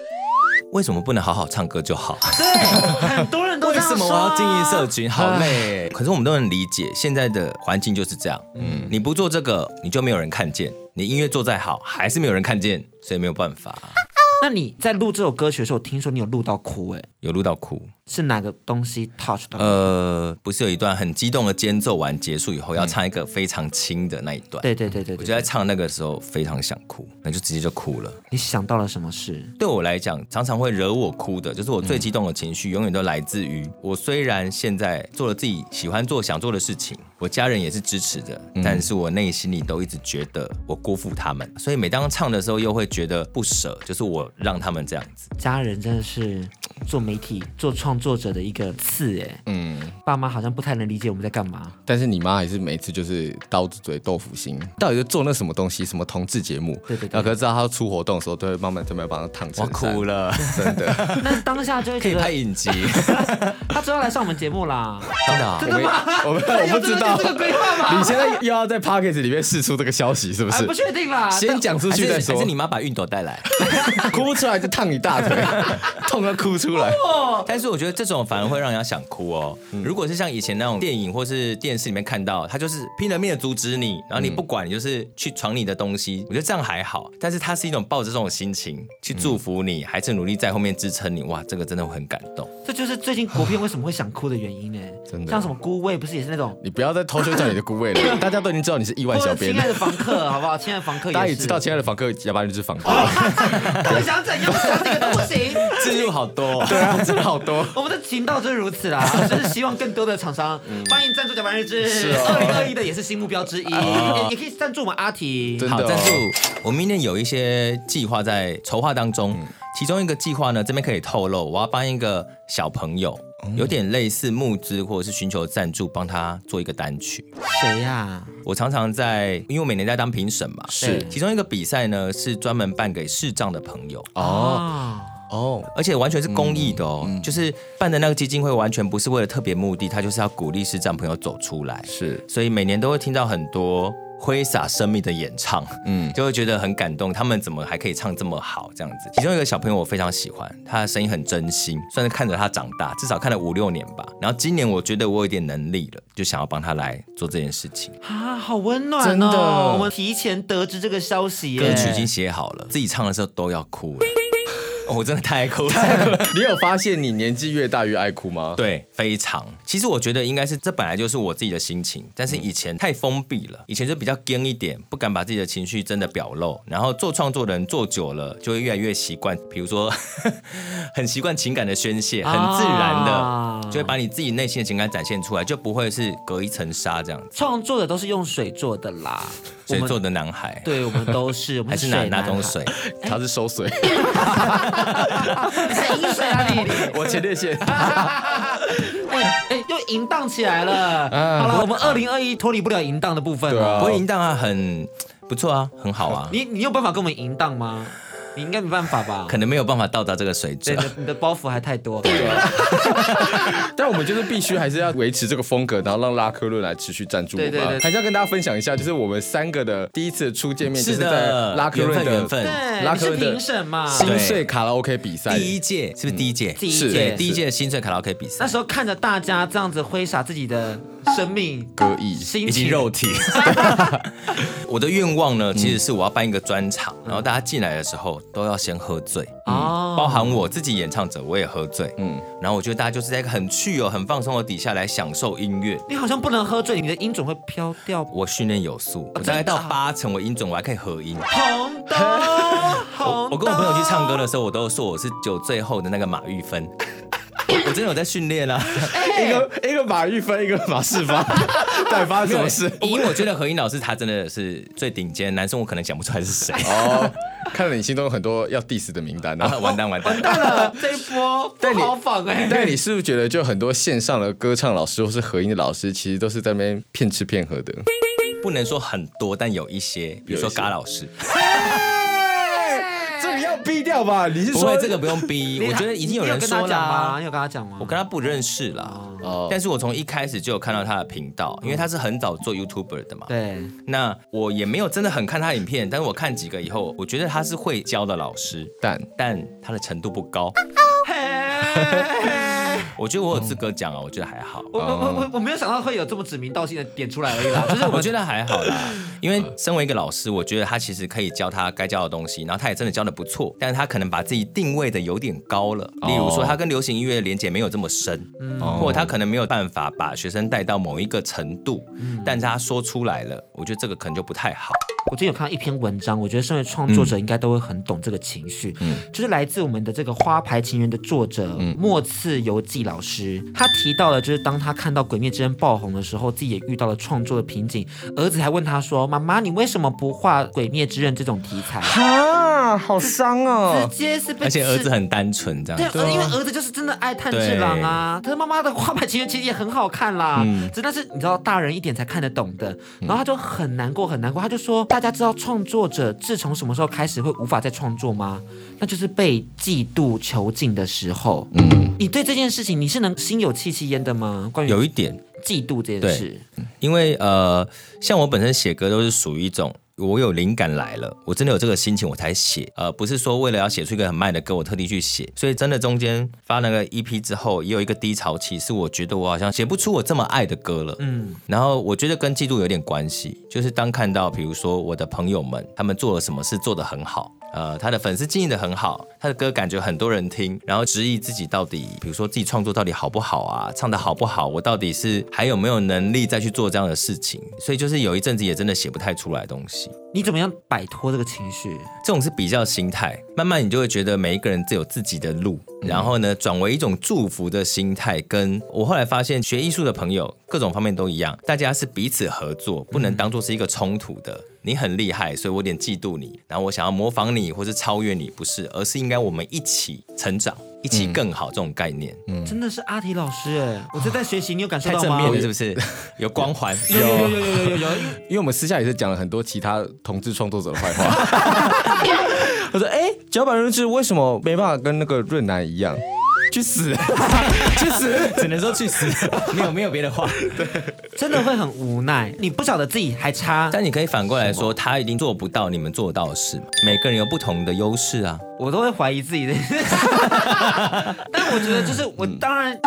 [SPEAKER 4] 为什么不能好好唱歌就好？
[SPEAKER 2] 对， 很多人都
[SPEAKER 4] 为
[SPEAKER 2] 这样
[SPEAKER 4] 什么我
[SPEAKER 2] 说
[SPEAKER 4] 要
[SPEAKER 2] 啊
[SPEAKER 4] 经营社群？好累。可是我们都能理解，现在的环境就是这样。嗯，你不做这个，你就没有人看见；你音乐做再好，还是没有人看见，所以没有办法。
[SPEAKER 2] 那你在录这首歌曲的时候，听说你有录到哭、哎，
[SPEAKER 4] 有录到哭，
[SPEAKER 2] 是哪个东西 touch 到你？
[SPEAKER 4] 呃，不是有一段很激动的间奏完结束以后，要唱一个非常轻的那一段。
[SPEAKER 2] 嗯对对对对，
[SPEAKER 4] 我
[SPEAKER 2] 对
[SPEAKER 4] 就在唱那个时候非常想哭，那就直接就哭了。
[SPEAKER 2] 你想到了什么事？
[SPEAKER 4] 对我来讲，常常会惹我哭的，就是我最激动的情绪，永远都来自于我虽然现在做了自己喜欢做、想做的事情，我家人也是支持的，但是我内心里都一直觉得我辜负他们，所以每当唱的时候，又会觉得不舍，就是我让他们这样子。
[SPEAKER 2] 家人真的是做媒体、做创作者的一个刺哎，
[SPEAKER 3] 嗯，
[SPEAKER 2] 爸妈好像不太能理解我们在干 嘛。
[SPEAKER 3] 但是你妈还是每次就是刀子嘴豆腐心，到底是做那什么东西，什么同志节目？
[SPEAKER 2] 对对对
[SPEAKER 3] 然后可是知道她出活动的时候，都会慢慢准备帮她烫衬
[SPEAKER 4] 我
[SPEAKER 3] 衫。
[SPEAKER 4] 哭
[SPEAKER 3] 了，
[SPEAKER 4] 了，
[SPEAKER 3] 真的。
[SPEAKER 2] 那当下就会
[SPEAKER 4] 可以
[SPEAKER 2] 觉
[SPEAKER 4] 拍
[SPEAKER 2] 得
[SPEAKER 4] 影集，
[SPEAKER 2] 他只要来上我们节目啦，
[SPEAKER 4] 真 的啊、
[SPEAKER 2] 真的吗？
[SPEAKER 3] 我们我不知道
[SPEAKER 2] 有这个规划吗？
[SPEAKER 3] 你现在又要在 p o c k e t 里面试出这个消息，是不
[SPEAKER 2] 哎，
[SPEAKER 3] 是
[SPEAKER 2] 不？确定啦。
[SPEAKER 3] 先讲出
[SPEAKER 4] 还
[SPEAKER 3] 去
[SPEAKER 4] 是
[SPEAKER 3] 再
[SPEAKER 4] 还
[SPEAKER 3] 说
[SPEAKER 4] 是。你妈把熨斗带来？
[SPEAKER 3] 哭出来就烫你 大腿，痛到哭出来。
[SPEAKER 4] 但是我觉得这种反而会让人家想哭哦。
[SPEAKER 3] 嗯
[SPEAKER 4] 如果是像以前那种电影或是电视里面看到，他就是拼了命的阻止你，然后你不管，你就是去闯你的东西。我觉得这样还好，但是他是一种抱着这种心情去祝福你，还是努力在后面支撑你。
[SPEAKER 3] 嗯
[SPEAKER 4] 哇，这个真的会很感 动。
[SPEAKER 2] 这就是最近国片为什么会想哭的原因呢？欸
[SPEAKER 3] 真的
[SPEAKER 2] 像什么孤味，不是也是那种
[SPEAKER 3] 你不要再偷偷叫你的姑 位了，大家都已经知道你是亿万
[SPEAKER 2] 或
[SPEAKER 3] 哎小
[SPEAKER 2] 者
[SPEAKER 3] 编
[SPEAKER 2] 亲爱
[SPEAKER 3] 了。
[SPEAKER 2] 的房客，好不好？亲爱的房客
[SPEAKER 3] 大家也
[SPEAKER 2] 是
[SPEAKER 3] 知道，亲爱的访客哑巴人是访客，
[SPEAKER 2] 哦到底想怎样？想这个都不行。
[SPEAKER 4] 字入好多、哦，
[SPEAKER 3] 对啊，真的好多。
[SPEAKER 2] 我们的频道就是如此啦，就是希望更多的厂商欢迎赞助《甲板日志》，二零二一的也是新目标之一，也也可以赞助我们阿提。
[SPEAKER 3] 真的
[SPEAKER 4] 好，
[SPEAKER 3] 哦
[SPEAKER 4] 但是我明年有一些计划在筹划当中，
[SPEAKER 3] 嗯
[SPEAKER 4] 其中一个计划呢，这边可以透露，我要帮一个小朋友，
[SPEAKER 3] 嗯
[SPEAKER 4] 有点类似募资或者是寻求赞助，帮他做一个单曲。
[SPEAKER 2] 谁呀？
[SPEAKER 4] 我常常在，因为我每年在当评审嘛，
[SPEAKER 2] 是
[SPEAKER 4] 其中一个比赛呢是专门办给视障的朋友。
[SPEAKER 3] 哦
[SPEAKER 2] 哦，
[SPEAKER 3] 哦，
[SPEAKER 4] 而且完全是公益的哦，就是办的那个基金会完全不是为了特别目的，它就是要鼓励视障朋友走出来。
[SPEAKER 3] 是
[SPEAKER 4] 所以每年都会听到很多挥洒生命的演唱，嗯，就会觉得很感动。他们怎么还可以唱这么好？这样子，其中一个小朋友我非常喜欢，他的声音很真心，算是看着他长大，至少看了五六年吧。然后今年我觉得我有点能力了，就想要帮他来做这件事情。
[SPEAKER 2] 啊，好温暖哦！
[SPEAKER 3] 真的
[SPEAKER 2] 我们提前得知这个消息耶，
[SPEAKER 4] 歌曲已经写好了，自己唱的时候都要哭了。哦我真的太哭了。
[SPEAKER 3] 你有发现你年纪越大越爱哭吗？
[SPEAKER 4] 对，非常。其实我觉得应该是这本来就是我自己的心情，但是以前太封闭了，以前就比较僵一点，不敢把自己的情绪真的表露。然后做创作人做久了，就会越来越习惯，比如说 很习惯情感的宣泄，很自然的、
[SPEAKER 2] 啊
[SPEAKER 4] 就会把你自己内心的情感展现出来，就不会是隔一层纱这样子。
[SPEAKER 2] 创作的都是用水做的啦，
[SPEAKER 4] 所以
[SPEAKER 2] 我
[SPEAKER 4] 做
[SPEAKER 2] 们
[SPEAKER 4] 的男孩，
[SPEAKER 2] 对我们都是，我们
[SPEAKER 4] 还是哪
[SPEAKER 2] 水
[SPEAKER 4] 哪
[SPEAKER 2] 男啊
[SPEAKER 4] 种
[SPEAKER 2] 孩
[SPEAKER 4] 水？
[SPEAKER 3] 他是收水，
[SPEAKER 2] 谁是水啊你？
[SPEAKER 3] 我前列腺。
[SPEAKER 2] 哎哎，又淫荡起来了。好了，我们二零二一脱离不了淫荡的部分哦
[SPEAKER 3] 对啊
[SPEAKER 2] 了。
[SPEAKER 4] 不会淫荡啊，很不错啊，很好啊，
[SPEAKER 2] 你你有办法跟我们淫荡吗？你应该没办法吧？
[SPEAKER 4] 可能没有办法到达这个水
[SPEAKER 2] 对，
[SPEAKER 4] 准
[SPEAKER 2] 你。的你的包袱还太多。
[SPEAKER 3] 但我们就是必须还是要维持这个风格，然后让拉科论来持续赞助我们啊。
[SPEAKER 2] 对对对
[SPEAKER 3] 还是要跟大家分享一下，就是我们三个的第一次初见面，就是是在
[SPEAKER 4] 的，
[SPEAKER 3] 拉科
[SPEAKER 4] 缘
[SPEAKER 3] 论
[SPEAKER 4] 分缘
[SPEAKER 3] 的
[SPEAKER 4] 分。
[SPEAKER 2] 对，
[SPEAKER 3] 拉
[SPEAKER 2] 你
[SPEAKER 3] 克
[SPEAKER 2] 是
[SPEAKER 3] 的
[SPEAKER 2] 评审嘛？
[SPEAKER 3] 心碎卡拉 OK 比赛。
[SPEAKER 4] 第一届是不是第一届？
[SPEAKER 2] 嗯第一
[SPEAKER 4] 是
[SPEAKER 2] 届
[SPEAKER 4] 对第一届的新锐卡拉 OK 比赛
[SPEAKER 2] 那，时候看着大家这样子挥洒自己的生命、
[SPEAKER 3] 歌艺
[SPEAKER 2] 心
[SPEAKER 4] 以及
[SPEAKER 2] 情，
[SPEAKER 4] 肉体。我的愿望呢，其实是我要办一个专场，然后大家进来的时候都要先喝醉，嗯
[SPEAKER 2] 哦
[SPEAKER 4] 包含我自己演唱者，我也喝醉。嗯，然后我觉得大家就是在一个很去哦、很放松的底下来享受音乐。
[SPEAKER 2] 你好像不能喝醉，你的音准会飘掉。
[SPEAKER 4] 我训练有
[SPEAKER 2] 哦
[SPEAKER 4] 素，我大概
[SPEAKER 2] 啊
[SPEAKER 4] 到八成，我音准我还可以合音。
[SPEAKER 2] 红灯，
[SPEAKER 4] 我
[SPEAKER 2] 红灯。
[SPEAKER 4] 我跟我朋友去唱歌的时候，我都说我是酒醉后的那个马玉芬， 我真的有在训练啊。
[SPEAKER 3] 一个一个马玉芬，一个马世芳，到底发生什么事？
[SPEAKER 4] 因为我觉得何音老师他真的是最顶尖，男生我可能讲不出来是谁。
[SPEAKER 3] 哦，看了你心中有很多要 diss 的名单
[SPEAKER 4] 啊
[SPEAKER 3] 啊。
[SPEAKER 4] 完蛋完蛋！
[SPEAKER 2] 看了这一波不好仿哎。
[SPEAKER 3] 但你是不是觉得，就很多线上的歌唱老师或是合音的老师，其实都是在那边骗吃骗喝的？
[SPEAKER 4] 不能说很多，但有一些，比如说嘎老师，
[SPEAKER 3] 这个要逼掉吧？你是
[SPEAKER 4] 不会这个不用逼，我觉得已经有人
[SPEAKER 2] 你
[SPEAKER 4] 说
[SPEAKER 2] 跟他
[SPEAKER 4] 了
[SPEAKER 2] 讲吗？
[SPEAKER 4] 啊。
[SPEAKER 2] 你有跟他讲吗？
[SPEAKER 4] 我跟他不认识啦，
[SPEAKER 3] 哦
[SPEAKER 4] 但是我从一开始就有看到他的频道，因为他是很早做 YouTuber 的嘛。
[SPEAKER 2] 对，
[SPEAKER 4] 那我也没有真的很看他的影片，但是我看几个以后，我觉得他是会教的老师，
[SPEAKER 3] 但
[SPEAKER 4] 但他的程度不高。我觉得我有资格讲啊，我觉得还好。
[SPEAKER 2] 我我
[SPEAKER 4] 哦
[SPEAKER 2] 我我我没有想到会有这么指名道姓的点出来而已啦，就是我
[SPEAKER 4] 我
[SPEAKER 2] 们
[SPEAKER 4] 觉得还好啦，因为身为一个老师，我觉得他其实可以教他该教的东西，然后他也真的教的不错，但是他可能把自己定位的有点高了，例如说他跟流行音乐的连接没有这么深，或者他可能没有办法把学生带到某一个程度，但是他说出来了，我觉得这个可能就不太好。
[SPEAKER 2] 我最近有看到一篇文章，我觉得身为创
[SPEAKER 4] 嗯
[SPEAKER 2] 作者应该都会很懂这个情绪，就是来自我们的这个《花牌情缘》的作者
[SPEAKER 4] 嗯
[SPEAKER 2] 莫次游记老师，他提到了就是当他看到《鬼灭之刃》爆红的时候，自己也遇到了创作的瓶颈。儿子还问他说：“妈妈，你为什么不画《鬼灭之刃》这种题材
[SPEAKER 5] 啊，好伤？”哦！
[SPEAKER 2] 直接是被
[SPEAKER 4] 而且儿
[SPEAKER 2] 斥
[SPEAKER 4] 子很单纯，这
[SPEAKER 2] 对
[SPEAKER 4] 样
[SPEAKER 2] 啊，儿因为儿子就是真的爱炭治郎啊，他妈妈的《花牌情缘》其实也很好看啦，
[SPEAKER 4] 嗯
[SPEAKER 2] 只但是你知道大人一点才看得懂的，然后他就很难过很难过，他就说大家知道创作者自从什么时候开始会无法再创作吗？那就是被嫉妒囚禁的时候。嗯，你对这件事情你是能心有戚戚焉的吗？关于
[SPEAKER 4] 有一点，
[SPEAKER 2] 嫉妒这件事，
[SPEAKER 4] 因为呃，像我本身写歌都是属于一种。我有灵感来了，我真的有这个心情，我才写。呃，不是说为了要写出一个很慢的歌，我特地去写。所以真的中间发那个 EP 之后，也有一个低潮期，是我觉得我好像写不出我这么爱的歌了。嗯，然后我觉得跟嫉妒有点关系，就是当看到比如说我的朋友们，他们做了什么事做得很好，呃，他的粉丝经营的很好，他的歌感觉很多人听，然后质疑自己到底，比如说自己创作到底好不好啊，唱的好不好，我到底是还有没有能力再去做这样的事情？所以就是有一阵子也真的写不太出来的东西，
[SPEAKER 2] 你怎么样摆脱这个情绪？
[SPEAKER 4] 这种是比较心态，慢慢你就会觉得每一个人自有自己的路，然后呢，转为一种祝福的心态。跟我后来发现，学艺术的朋友各种方面都一样，大家是彼此合作，不能当做是一个冲突的。你很厉害，所以我有点嫉妒你，然后我想要模仿你或是超越你，不是，而是应该我们一起成长，一起更好这种概念。
[SPEAKER 2] 真的是阿提老师哎，我正在学习，你有感受
[SPEAKER 4] 嗯太
[SPEAKER 2] 到
[SPEAKER 4] 正
[SPEAKER 2] 吗？
[SPEAKER 4] 面了，是不是？有光环，
[SPEAKER 2] 有有有有有有有，
[SPEAKER 3] 因为我们私下也是讲了很多其他同志创作者的坏话。他说：“哎、脚板润志为什么没办法跟那个润南一样？去死！
[SPEAKER 4] 去死，只能说去死，没有没有别的话。
[SPEAKER 2] 真的会很无奈，你不晓得自己还差。
[SPEAKER 4] 但你可以反过来说，他已经做不到你们做得到的事嘛。每个人有不同的优势啊。
[SPEAKER 2] 我都会怀疑自己的。但我觉得就是我当然，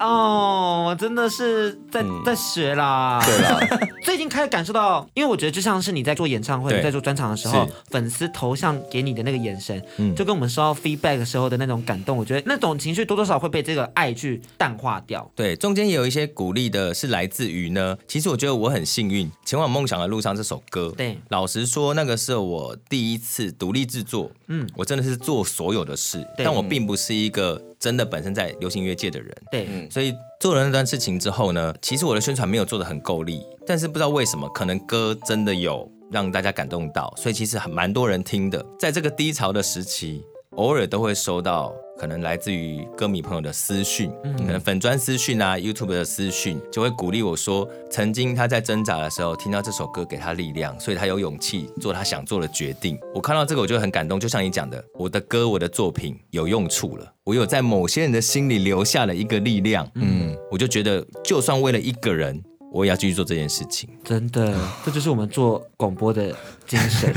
[SPEAKER 2] 哦，我真的是在、在学啦。对啦， 最近开始感受到，因为我觉得就像是你在做演唱会、
[SPEAKER 4] 对
[SPEAKER 2] 你在做专场的时候
[SPEAKER 4] 是，
[SPEAKER 2] 粉丝投向给你的那个眼神，就跟我们收到 feedback 的时候的那种感动，我觉得那种情绪多多少少会被这个爱去淡化掉。
[SPEAKER 4] 对，中间也有一些鼓励的，是来自于呢。其实我觉得我很幸运，《前往梦想的路上》这首歌，
[SPEAKER 2] 对
[SPEAKER 4] 老实说，那个是我第一次独立制作，嗯，我真的是做所有的事，
[SPEAKER 2] 对
[SPEAKER 4] 但我并不是一个真的本身在流行音乐界的人，
[SPEAKER 2] 对，
[SPEAKER 4] 所以做了那段事情之后呢，其实我的宣传没有做的很够力，但是不知道为什么，可能歌真的有让大家感动到，所以其实很蛮多人听的。在这个低潮的时期，偶尔都会收到可能来自于歌迷朋友的私讯，可能粉砖私讯啊、YouTube 的私讯，就会鼓励我说，曾经他在挣扎的时候，听到这首歌给他力量，所以他有勇气做他想做的决定。我看到这个，我就很感动，就像你讲的，我的歌、我的作品有用处了。我有在某些人的心里留下了一个力量，嗯，我就觉得，就算为了一个人，我也要继续做这件事情。
[SPEAKER 2] 真的，这就是我们做广播的精神。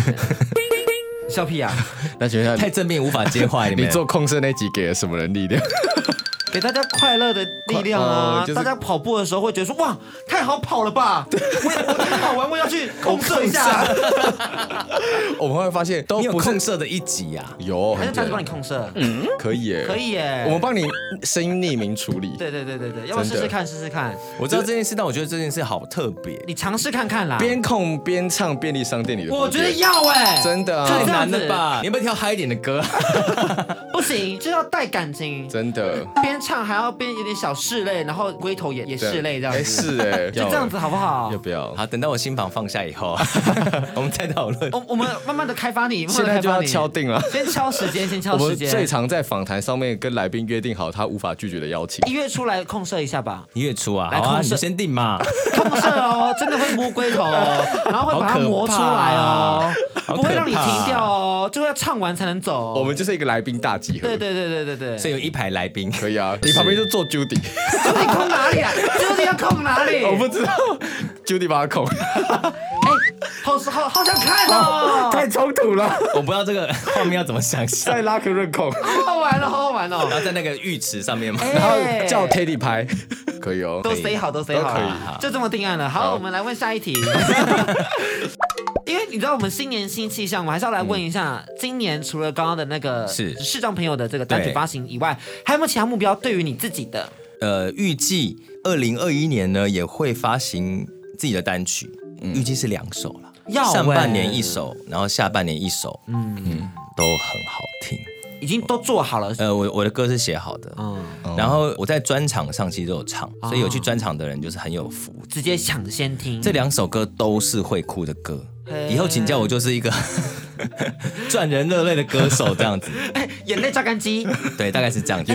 [SPEAKER 2] 笑屁啊！
[SPEAKER 3] 那请问一下
[SPEAKER 4] 太，正面无法接 话，嗯你
[SPEAKER 3] 你
[SPEAKER 4] 们
[SPEAKER 3] 做控社那集给了什么人力量？
[SPEAKER 2] 给大家快乐的力量啊！
[SPEAKER 3] 快哦就是
[SPEAKER 2] 大家跑步的时候会觉得说：“哇，太好跑了吧！”我也我也跑完，我要去控 制一下，
[SPEAKER 3] 我们会发现都
[SPEAKER 4] 你有
[SPEAKER 3] 不是
[SPEAKER 4] 控色的一集啊呀、
[SPEAKER 3] 有
[SPEAKER 2] 还是
[SPEAKER 3] 很
[SPEAKER 2] 他
[SPEAKER 3] 多
[SPEAKER 2] 去帮你控色？
[SPEAKER 3] 可以耶，
[SPEAKER 2] 可以耶
[SPEAKER 3] 嗯我们帮你声音匿名处理。
[SPEAKER 2] 对对对对对，要不要
[SPEAKER 3] 真
[SPEAKER 2] 试
[SPEAKER 3] 的
[SPEAKER 2] 试看？试试看，
[SPEAKER 4] 我知道这件事，但我觉得这件事好特别，
[SPEAKER 2] 你尝试看看啦。
[SPEAKER 3] 边控边唱便利商店里的歌，
[SPEAKER 2] 我觉得要哎，
[SPEAKER 3] 真的
[SPEAKER 2] 太
[SPEAKER 3] 啊
[SPEAKER 4] 太
[SPEAKER 2] 这，样
[SPEAKER 4] 难
[SPEAKER 2] 子
[SPEAKER 4] 了吧？你要不要挑嗨一点的歌？
[SPEAKER 2] 不行，就要带感情，
[SPEAKER 3] 真的
[SPEAKER 2] 边唱还要边有点小拭泪，然后龟头也也
[SPEAKER 3] 对
[SPEAKER 2] 拭泪这样
[SPEAKER 3] 哎
[SPEAKER 2] 子，
[SPEAKER 3] 是哎，
[SPEAKER 2] 就这样子好不好
[SPEAKER 3] 要，要？不要？
[SPEAKER 4] 好，等到我新房放下以后， 我们再讨论。
[SPEAKER 2] 我我们慢慢的开发你，慢
[SPEAKER 3] 现
[SPEAKER 2] 慢地开
[SPEAKER 3] 在就
[SPEAKER 2] 发
[SPEAKER 3] 要
[SPEAKER 2] 你。
[SPEAKER 3] 敲定了。
[SPEAKER 2] 先敲时间，先
[SPEAKER 3] 我
[SPEAKER 2] 敲时
[SPEAKER 3] 们
[SPEAKER 2] 间。
[SPEAKER 3] 最常在访谈上面跟来宾约定好他无法拒绝的邀请。
[SPEAKER 2] 一月出来控射一下吧，
[SPEAKER 4] 一月初啊，
[SPEAKER 2] 来
[SPEAKER 4] 好啊，
[SPEAKER 2] 控
[SPEAKER 4] 你
[SPEAKER 2] 色
[SPEAKER 4] 就先定 嘛。
[SPEAKER 2] 控射哦，真的会摸龟头哦，然后会把它磨出来哦，
[SPEAKER 4] 好可怕啊
[SPEAKER 2] 不会让你停掉哦，就要唱完才能走、哦。
[SPEAKER 3] 我们就是一个来宾大集合。
[SPEAKER 2] 对对对对对
[SPEAKER 4] 所
[SPEAKER 2] 对，
[SPEAKER 4] 以有一排来宾，
[SPEAKER 3] 可以啊，你旁边就坐 Judy，
[SPEAKER 2] 究竟控哪里 啊？究竟要控哪里？
[SPEAKER 3] 我不知道 Judy 把他控，
[SPEAKER 2] 好好好想看 哦，
[SPEAKER 3] 太冲突了，
[SPEAKER 4] 我不知道这个 画面要怎么想象。
[SPEAKER 3] 再拉克润控，
[SPEAKER 2] 好好玩哦，好好玩哦。
[SPEAKER 4] 然后在那个浴池上面嘛，
[SPEAKER 2] 哎
[SPEAKER 3] 然后叫 Teddy 拍，可以哦，
[SPEAKER 2] 都 say 好，都 say 好
[SPEAKER 3] 都可以
[SPEAKER 2] 啊，就这么定案了。好，我们来问下一 题。因为你知道我们新年新气象，我们还是要来问一下，
[SPEAKER 3] 嗯
[SPEAKER 2] 今年除了刚刚的那个
[SPEAKER 4] 是
[SPEAKER 2] 视障朋友的这个单曲
[SPEAKER 4] 对
[SPEAKER 2] 发行以外，还有没有其他目标？对于你自己的，
[SPEAKER 4] 呃，预计二零二一年呢也会发行自己的单曲，预计是两首啦，
[SPEAKER 2] 要欸
[SPEAKER 4] 上半年一首，然后下半年一首，嗯，都很好听。
[SPEAKER 2] 已经都做好了。
[SPEAKER 4] 呃，我我的歌是写好的，
[SPEAKER 2] 嗯，
[SPEAKER 4] 然后我在专场上其实都有唱，所以有去专场的人就是很有福。
[SPEAKER 2] 直接抢先听。
[SPEAKER 4] 这两首歌都是会哭的歌，以后请叫我就是 一个赚人热泪的歌手这样子，
[SPEAKER 2] 哎眼泪榨干 机，
[SPEAKER 4] 对，大概是这样子，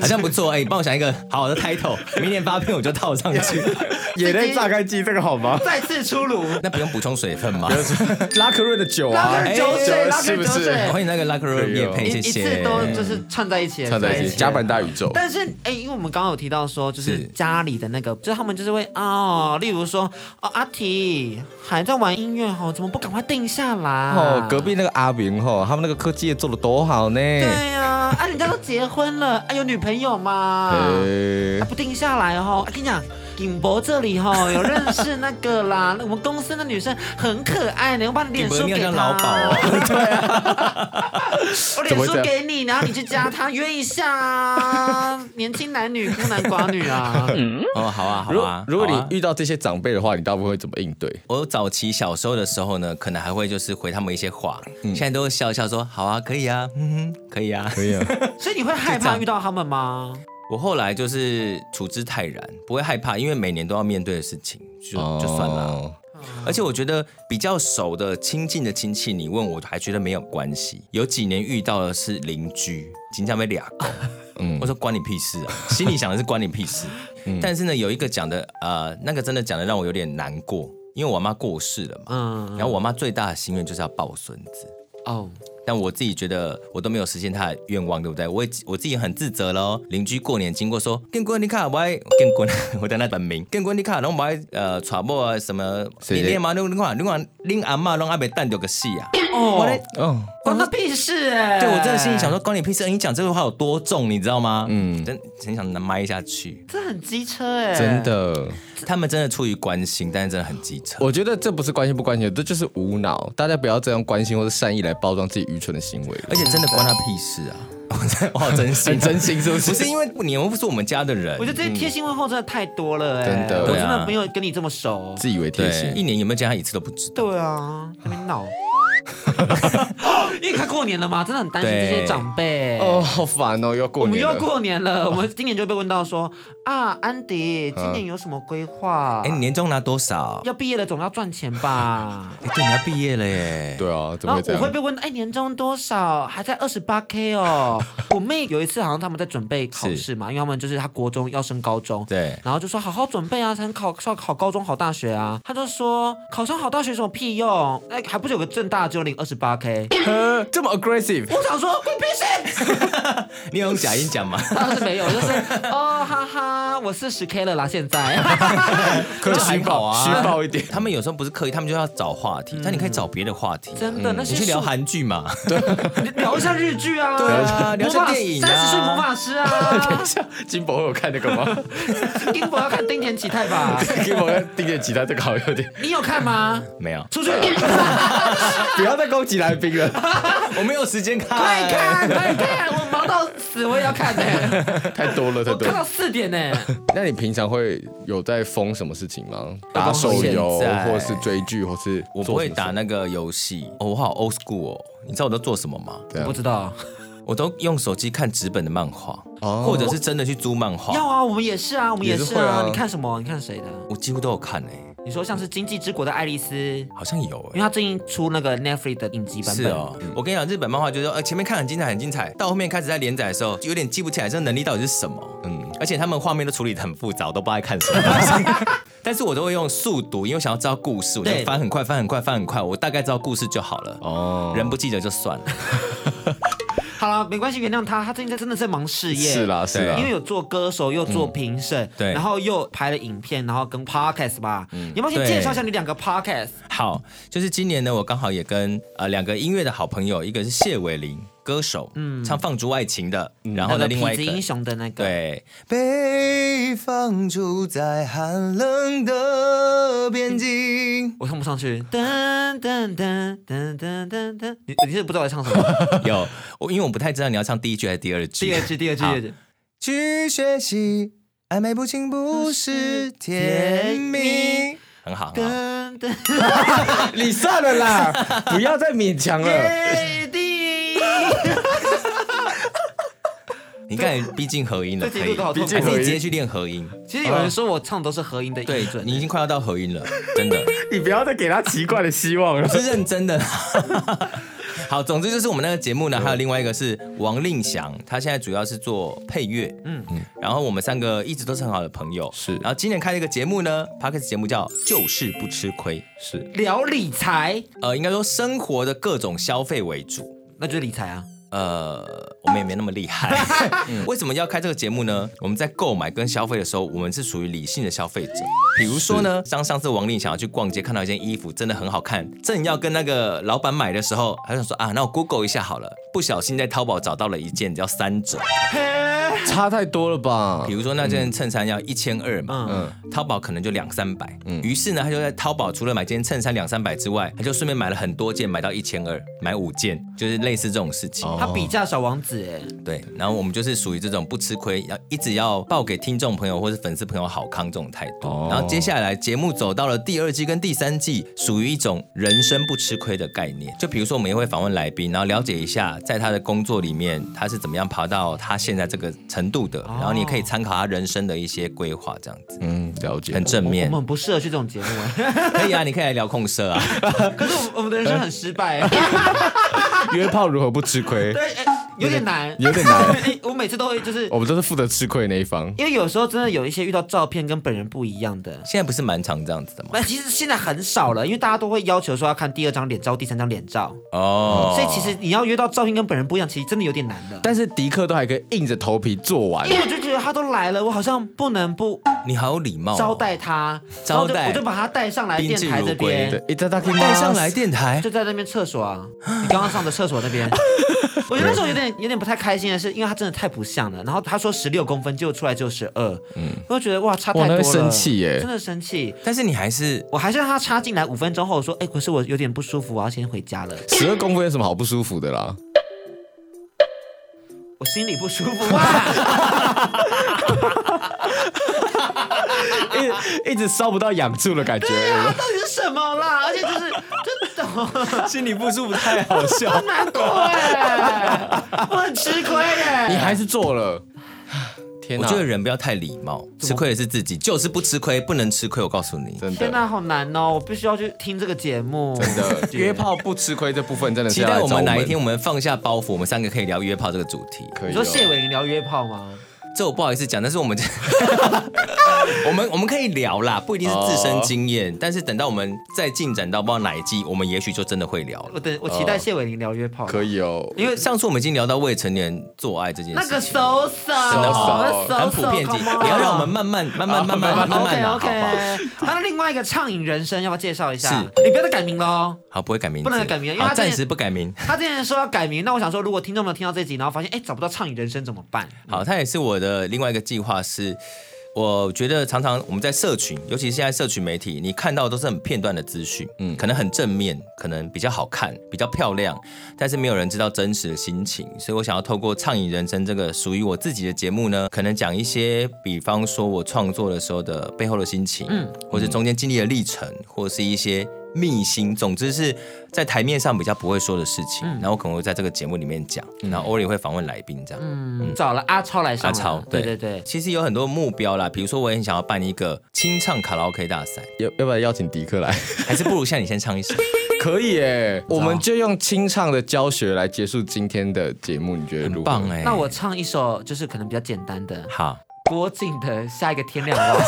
[SPEAKER 4] 好像不错，哎、帮我想一个好的 title，明年发片我就套上 去。
[SPEAKER 3] 也在榨干机，这个好吗？
[SPEAKER 2] 再次出炉。
[SPEAKER 4] 那不用补充水分吗？
[SPEAKER 3] 拉克润的酒
[SPEAKER 2] 拉
[SPEAKER 3] 啊
[SPEAKER 2] 根，酒水，
[SPEAKER 3] 哎
[SPEAKER 2] 拉
[SPEAKER 3] 是
[SPEAKER 2] 根
[SPEAKER 3] 不
[SPEAKER 2] 酒
[SPEAKER 3] 是
[SPEAKER 2] 水，
[SPEAKER 4] 欢迎那个 Locker Room
[SPEAKER 3] 可以
[SPEAKER 4] 夜
[SPEAKER 3] 哦
[SPEAKER 4] 配，
[SPEAKER 2] 一
[SPEAKER 4] 谢
[SPEAKER 2] 一
[SPEAKER 4] 谢。
[SPEAKER 2] 次都就是串在一起了，
[SPEAKER 3] 唱在一起，甲板大宇宙，
[SPEAKER 2] 但是，哎、因为我们刚刚有提到说，就是
[SPEAKER 4] 是
[SPEAKER 2] 家里的那个，就是他们就是会哦，例如说，哦，阿提还在玩音乐哦，怎么不赶快定下来？
[SPEAKER 3] 哦，隔。壁那个阿明吼，他们那个科技也做的多好呢，
[SPEAKER 2] 对呀、啊，人家都结婚了，哎、有女朋友吗？
[SPEAKER 3] 哎
[SPEAKER 2] 啊，不定下来哦，啊、跟你讲。景博这里哈、有认识那个啦，那我们公司那女生很可爱呢，我把你脸
[SPEAKER 4] 景博
[SPEAKER 2] 书
[SPEAKER 4] 你好
[SPEAKER 2] 给她。
[SPEAKER 4] 像老鸨哦
[SPEAKER 2] 对啊，我
[SPEAKER 3] 怎
[SPEAKER 2] 脸
[SPEAKER 3] 么会
[SPEAKER 2] 书
[SPEAKER 3] 这样
[SPEAKER 2] 给你，然后你去加她约一下啊，年轻男女孤男寡女啊，
[SPEAKER 4] 哦，好啊，好
[SPEAKER 3] 如
[SPEAKER 4] 啊。
[SPEAKER 3] 如果
[SPEAKER 4] 好啊
[SPEAKER 3] 你遇到这些长辈的话，你大部分会怎么应对？
[SPEAKER 4] 我早期小时候的时候呢，可能还会就是回他们一些话，
[SPEAKER 3] 嗯
[SPEAKER 4] 现在都会笑一笑说好啊，可以啊，嗯哼，可以啊。
[SPEAKER 3] 可以啊，
[SPEAKER 2] 所以你会害怕遇到他们吗？
[SPEAKER 4] 我后来就是处之泰然，不会害怕，因为每年都要面对的事情，就、就算了。啊
[SPEAKER 3] 哦。
[SPEAKER 4] 而且我觉得比较熟的、亲近的亲戚，你问我还觉得没有关系。有几年遇到的是邻居，经常被俩狗，嗯，我说关你屁事啊，心里想的是关你屁事。但是呢，有一个讲的，呃，那个真的讲的让我有点难过，因为我妈过世了嘛，
[SPEAKER 2] 嗯，
[SPEAKER 4] 然后我妈最大的心愿就是要抱孙子。
[SPEAKER 2] 哦，
[SPEAKER 4] 但我自己觉得我都没有实现他的愿望，对不对？我也我自己很自责喽。邻居过年经过说，更滚你看我爱更滚， 我在那本名更滚你看，然后我爱呃传播啊什么，
[SPEAKER 3] 谁
[SPEAKER 4] 你你妈弄你看你看你阿妈拢阿被蛋掉个戏啊！
[SPEAKER 2] 哦
[SPEAKER 4] 我，嘞
[SPEAKER 3] 哦，
[SPEAKER 2] 关他屁事哎！
[SPEAKER 4] 对我真的心里想说，关你屁事！你讲这句话有多重，你知道吗？嗯，真很想拿麦下去。
[SPEAKER 2] 这很机车哎，
[SPEAKER 3] 真。的，
[SPEAKER 4] 他们真的出于关心，但是真的很机车。
[SPEAKER 3] 我觉得这不是关心不关心，这就是无脑。大家不要这样关心或者善意来包装自己愚蠢的行为。
[SPEAKER 4] 而且真的关他屁事啊！ 我真我好真 心，
[SPEAKER 3] 很真心是不是
[SPEAKER 4] 不是因为你又不是我们家的人，
[SPEAKER 2] 我觉得这些贴心问候真的太多了哎，
[SPEAKER 3] 真的
[SPEAKER 2] 我真
[SPEAKER 4] 对啊
[SPEAKER 2] 的没有跟你这么熟。
[SPEAKER 3] 自以为贴
[SPEAKER 4] 对一
[SPEAKER 3] 心，
[SPEAKER 4] 年有没有见他一次都不知道。
[SPEAKER 2] 对 啊，在那边闹。哦因为快过年了嘛，真的很担心这些长辈。
[SPEAKER 3] 哦，好烦哦，又要
[SPEAKER 2] 我
[SPEAKER 3] 过
[SPEAKER 2] 们
[SPEAKER 3] 年
[SPEAKER 2] 又
[SPEAKER 3] 了。
[SPEAKER 2] 要过年了，我们今年就被问到说啊，安迪，今年有什么规划
[SPEAKER 4] 哎，？你年终拿多少？
[SPEAKER 2] 啊要毕业了，总要赚钱吧？
[SPEAKER 4] 哎，对，你要毕业了耶！
[SPEAKER 3] 对啊，怎
[SPEAKER 2] 然后
[SPEAKER 3] 么会这
[SPEAKER 2] 我会
[SPEAKER 3] 样？
[SPEAKER 2] 被问，哎，年终多少？还在二十八 k 哦。我妹有一次好像他们在准备考
[SPEAKER 4] 是
[SPEAKER 2] 试嘛，因为他们就是她国中要升高中，
[SPEAKER 4] 对
[SPEAKER 2] 然后就说好好准备啊，才能考上考高中、好大学啊。她就说考上好大学有什么屁用？哎，还不是有个正大只有领二十八 k？
[SPEAKER 3] 呃 这么 aggressive，
[SPEAKER 2] 我想说关屁事，
[SPEAKER 4] 你有用假音讲吗？
[SPEAKER 2] 当然是没有， 就是哦哈哈，我四十 k 了啦，现在。
[SPEAKER 4] 可
[SPEAKER 3] 是
[SPEAKER 4] 还好啊，
[SPEAKER 3] 虚报虚报一点
[SPEAKER 4] 他们有时候不是刻意，他们就要找话题，但你可以找别的话题。
[SPEAKER 2] 嗯
[SPEAKER 4] 嗯
[SPEAKER 2] 真的，那些
[SPEAKER 4] 你去聊
[SPEAKER 2] 数
[SPEAKER 4] 韩剧嘛？
[SPEAKER 2] 聊一下日剧啊，
[SPEAKER 4] 对啊聊一下
[SPEAKER 2] 魔法
[SPEAKER 4] 电影啊
[SPEAKER 2] 三十岁魔法师 啊，
[SPEAKER 3] 金博有看那个吗？
[SPEAKER 2] 金博要看丁田启泰 吧？
[SPEAKER 3] 金博跟丁姐吉他这个好像有点，
[SPEAKER 2] 你有看吗？
[SPEAKER 4] 没有，
[SPEAKER 2] 出去，
[SPEAKER 3] 不要再攻击来宾了，
[SPEAKER 4] 我没有时间看。
[SPEAKER 2] 快看快看，我忙到死，我也要看呢、
[SPEAKER 3] 太多了太
[SPEAKER 2] 我
[SPEAKER 3] 多
[SPEAKER 2] 看到
[SPEAKER 3] 了。
[SPEAKER 2] 四点呢、
[SPEAKER 3] 那你平常会有在封什么事情吗？打手游，
[SPEAKER 4] 现在
[SPEAKER 3] 或是追剧，或是
[SPEAKER 4] 我
[SPEAKER 3] 做
[SPEAKER 4] 不
[SPEAKER 3] 什
[SPEAKER 4] 会
[SPEAKER 3] 么事
[SPEAKER 4] 打那个游戏，哦，我好 old school 哦。你知道我都做什么吗？
[SPEAKER 3] 对啊
[SPEAKER 2] 不知道。
[SPEAKER 4] 我都用手机看纸本的漫画，
[SPEAKER 3] 哦
[SPEAKER 4] 或者是真的去租漫画。
[SPEAKER 2] 要啊，我们也是啊，我们也
[SPEAKER 3] 也
[SPEAKER 2] 是
[SPEAKER 3] 是会
[SPEAKER 2] 啊。
[SPEAKER 3] 啊
[SPEAKER 2] 你看什么？你看谁的？
[SPEAKER 4] 我几乎都有看诶，
[SPEAKER 2] 你说像是《经济之国》的爱丽丝，因
[SPEAKER 4] 好像有欸
[SPEAKER 2] 为
[SPEAKER 4] 诶。
[SPEAKER 2] 她最近出那个 Netflix 的影集版
[SPEAKER 4] 是
[SPEAKER 2] 本。嗯
[SPEAKER 4] 哦，我跟你讲，日本漫画就是说，呃，前面看很精彩，很精彩，到后面开始在连载的时候，有点记不起来这能力到底是什么。嗯，而且他们画面都处理得很复杂，我都不知道在看 什么。但是我都会用速读，因为我想要知道故事，我就
[SPEAKER 2] 对
[SPEAKER 4] 翻很快，翻很快，翻很快，我大概知道故事就好了。
[SPEAKER 3] 哦
[SPEAKER 4] 人不记得就算了。
[SPEAKER 2] 好了，没关系，原谅她，她最近真的在忙事业。
[SPEAKER 3] 是。啦是啦
[SPEAKER 2] 因为，有做歌手，又做评审，
[SPEAKER 4] 嗯对嗯
[SPEAKER 2] 然后又拍了影片，然后跟 podcast 吧，有没有先
[SPEAKER 4] 对
[SPEAKER 2] 介绍一下你两个 podcast？
[SPEAKER 4] 好，就是今年呢，我刚好也跟呃两个音乐的好朋友，一个是谢伟林，歌手，嗯，唱《放逐爱情》的，然后呢，
[SPEAKER 2] 嗯那个
[SPEAKER 4] 另外
[SPEAKER 2] 呃痞
[SPEAKER 4] 一
[SPEAKER 2] 子英
[SPEAKER 4] 个。
[SPEAKER 2] 雄的那个，
[SPEAKER 4] 对，
[SPEAKER 5] 被放逐在寒冷的边境。
[SPEAKER 2] 我唱不上去。噔噔噔噔噔噔噔，你你是不知道我在唱什 么？
[SPEAKER 4] 有我，因为我不太知道你要唱第一句还是第二句。
[SPEAKER 2] 第二句，第二句，第
[SPEAKER 4] 好
[SPEAKER 2] 二句。
[SPEAKER 5] 去学习，暧昧不清不是甜蜜。
[SPEAKER 4] 很好，很好。
[SPEAKER 2] 噔噔，
[SPEAKER 3] 你算了啦，不要再勉强了。
[SPEAKER 2] 耶地，
[SPEAKER 4] 你看，逼近合音了，
[SPEAKER 2] 这
[SPEAKER 4] 可
[SPEAKER 2] 几
[SPEAKER 4] 以
[SPEAKER 2] 个，好痛
[SPEAKER 3] 毕
[SPEAKER 4] 还
[SPEAKER 3] 竟
[SPEAKER 2] 苦。
[SPEAKER 4] 是你直接去练合音？
[SPEAKER 2] 其实有人说我唱都是合音的
[SPEAKER 4] 哦对
[SPEAKER 2] 音准，
[SPEAKER 4] 你已经快要到合音了，真的，
[SPEAKER 3] 你不要再给他奇怪的希望了
[SPEAKER 4] 我 。是认真的。好，总之就是我们那个节目呢，还有另外一个是王令祥，他现在主要是做配乐，嗯嗯，然后我们三个一直都是很好的朋友，
[SPEAKER 3] 是
[SPEAKER 4] 然后今年开了一个节目呢 p o d c a s t 节目叫“就是不吃亏
[SPEAKER 3] 是
[SPEAKER 2] 聊理财，”，
[SPEAKER 4] 呃，应该说生活的各种消费为主，
[SPEAKER 2] 那就是理财啊。
[SPEAKER 4] 呃，我们也没那么厉害。嗯为什么要开这个节目呢？我们在购买跟消费的时候，我们是属于理性的消费者。比如说呢，像上次王令想要去逛街，看到一件衣服真的很好看，正要跟那个老板买的时候，他就说啊，那我 Google 一下好了。不小心在淘宝找到了一件叫三折，
[SPEAKER 3] 差太多了吧
[SPEAKER 4] 比？如说那件衬衫要一千二嘛，
[SPEAKER 2] 嗯，
[SPEAKER 4] 淘宝可能就两三百。于是呢，他就在淘宝除了买件衬衫两三百之外，他就顺便买了很多件，买到一千二，买五件，就是类似这种事情。
[SPEAKER 2] 他比价小王子哎，
[SPEAKER 4] 对，然后我们就是属于这种不吃亏，要一直要报给听众朋友或是粉丝朋友好康这种态度。
[SPEAKER 3] 哦
[SPEAKER 4] 然后接下来节目走到了第二季跟第三季，属于一种人生不吃亏的概念。就比如说，我们也会访问来宾，然后了解一下在他的工作里面他是怎么样爬到他现在这个程度的，
[SPEAKER 2] 哦
[SPEAKER 4] 然后你也可以参考他人生的一些规划，这样子
[SPEAKER 3] 嗯，了解
[SPEAKER 4] 很。正
[SPEAKER 2] 我
[SPEAKER 4] 面
[SPEAKER 2] 们。很不适合去这种节目哎。
[SPEAKER 4] 可以啊，你可以来聊控社啊。
[SPEAKER 2] 可是我们我们的人生很失败哎。
[SPEAKER 3] 约炮如何不吃亏？
[SPEAKER 2] 对，哎有点难，
[SPEAKER 3] 有点难
[SPEAKER 2] 我每次都会就是
[SPEAKER 3] 我们都是负责吃亏那一方。
[SPEAKER 2] 因为有时候真的有一些遇到照片跟本人不一样的。
[SPEAKER 4] 现在不是蛮常这样子的吗？
[SPEAKER 2] 那其实现在很少了，因为大家都会要求说要看第二张脸照、第三张脸照，
[SPEAKER 4] 哦，
[SPEAKER 2] 所以其实你要约到照片跟本人不一样，其实真的有点难的。
[SPEAKER 3] 但是迪克都还可以硬着头皮做完
[SPEAKER 2] 因，为我就觉得他都来了，我好像不能不
[SPEAKER 4] 你好有礼貌哦，
[SPEAKER 2] 招待他，
[SPEAKER 4] 招待
[SPEAKER 2] 然后我就我就把他带上来
[SPEAKER 4] 宾
[SPEAKER 2] 电
[SPEAKER 4] 至
[SPEAKER 2] 台
[SPEAKER 4] 如
[SPEAKER 2] 这
[SPEAKER 4] 归
[SPEAKER 2] 边，
[SPEAKER 3] 对，一直他可以
[SPEAKER 4] 带上来电
[SPEAKER 3] 哎
[SPEAKER 4] 台
[SPEAKER 2] 就在那边厕所 啊，你刚刚上的厕所那 边。我觉得那时候有点有点不太开心的是，因为他真的太不像了。然后他说十六公分，结果出来就十二，嗯，我就觉得哇差太
[SPEAKER 3] 哇
[SPEAKER 2] 多
[SPEAKER 3] 那
[SPEAKER 2] 了，
[SPEAKER 3] 会生气耶
[SPEAKER 2] 真的生气。
[SPEAKER 4] 但是你还是
[SPEAKER 2] 我还是让他插进来五分钟后我说，哎、可是我有点不舒服，我要先回家了，
[SPEAKER 3] 十二公分有什么好不舒服的啦？
[SPEAKER 2] 我心里不舒服啊。
[SPEAKER 3] 一一直烧不到痒处的感觉，
[SPEAKER 2] 他到底是什么啦？而且就是就懂
[SPEAKER 4] 心里不舒服，太好笑。
[SPEAKER 2] 难过哎，我很吃亏哎。
[SPEAKER 3] 你还是做了。 天
[SPEAKER 4] 我
[SPEAKER 3] 哪，
[SPEAKER 4] 觉得人不要太礼貌，吃亏的是自己，就是不吃亏，不能吃亏。我告诉你，
[SPEAKER 3] 真
[SPEAKER 2] 天
[SPEAKER 3] 的
[SPEAKER 2] 哪，好难哦！我必须要去听这个节目。
[SPEAKER 3] 真的 约炮不吃亏这部分真的是
[SPEAKER 4] 期
[SPEAKER 3] 要来
[SPEAKER 4] 待
[SPEAKER 3] 找
[SPEAKER 4] 我
[SPEAKER 3] 我
[SPEAKER 4] 们哪一天我们放下包袱，我们三个可以聊约炮这个主题。
[SPEAKER 3] 可以
[SPEAKER 2] 你
[SPEAKER 3] 哦。
[SPEAKER 2] 说谢伟玲聊约炮吗？
[SPEAKER 4] 这我不好意思讲，但是我们 我们我们可以聊啦，不一定是自身经验，但是等到我们再进展到不知道哪一季，我们也许就真的会聊
[SPEAKER 2] 我
[SPEAKER 4] 了。
[SPEAKER 2] 等我期待谢伟玲聊约炮。
[SPEAKER 3] 呃可以哦，
[SPEAKER 4] 因为上次我们已经聊到未成年做爱这件事情，
[SPEAKER 2] 那个手手，真
[SPEAKER 3] 的好
[SPEAKER 4] 很普遍级，你要让我们慢慢慢慢慢慢慢慢啊
[SPEAKER 2] OK
[SPEAKER 4] 拿，好不
[SPEAKER 2] OK
[SPEAKER 4] 好？。
[SPEAKER 2] 那另外一个畅饮人生要不要介绍一下
[SPEAKER 4] 是？
[SPEAKER 2] 你不要再改名喽。
[SPEAKER 4] 好，不会改名字，
[SPEAKER 2] 不能改名因为
[SPEAKER 4] 好
[SPEAKER 2] 他之前
[SPEAKER 4] 暂时不改名。
[SPEAKER 2] 他之前说要改名，那我想说，如果听众们听到这集，然后发现哎找不到畅饮人生怎么办？
[SPEAKER 4] 好，它也是我的另外一个计划是。我觉得常常我们在社群，尤其是现在社群媒体，你看到的都是很片段的资讯，嗯，可能很正面，可能比较好看，比较漂亮，但是没有人知道真实的心情。所以我想要透过《畅饮人生》这个属于我自己的节目呢，可能讲一些，比方说我创作的时候的背后的心情，嗯，或是中间经历的历程，或是一些秘辛，总之是在台面上比较不会说的事情，然后我可能会在这个节目里面讲，然后偶尔也会访问来宾这样，
[SPEAKER 2] 嗯，找了阿超来上
[SPEAKER 4] 阿
[SPEAKER 2] 了。
[SPEAKER 4] 超，
[SPEAKER 2] 对对对。
[SPEAKER 4] 其实有很多目标啦，比如说我也很想要办一个清唱卡拉 OK 大 赛，
[SPEAKER 3] 要要不要邀请迪克来？啊
[SPEAKER 4] 还是不如像你先唱一首。
[SPEAKER 3] 可以 耶，我们就用清唱的教学来结束今天的节目，你觉得如
[SPEAKER 4] 很
[SPEAKER 3] 何？
[SPEAKER 4] 棒哎、
[SPEAKER 2] 那我唱一首，就是可能比较简单的
[SPEAKER 4] 好，
[SPEAKER 2] 郭靖的《下一个天亮了》，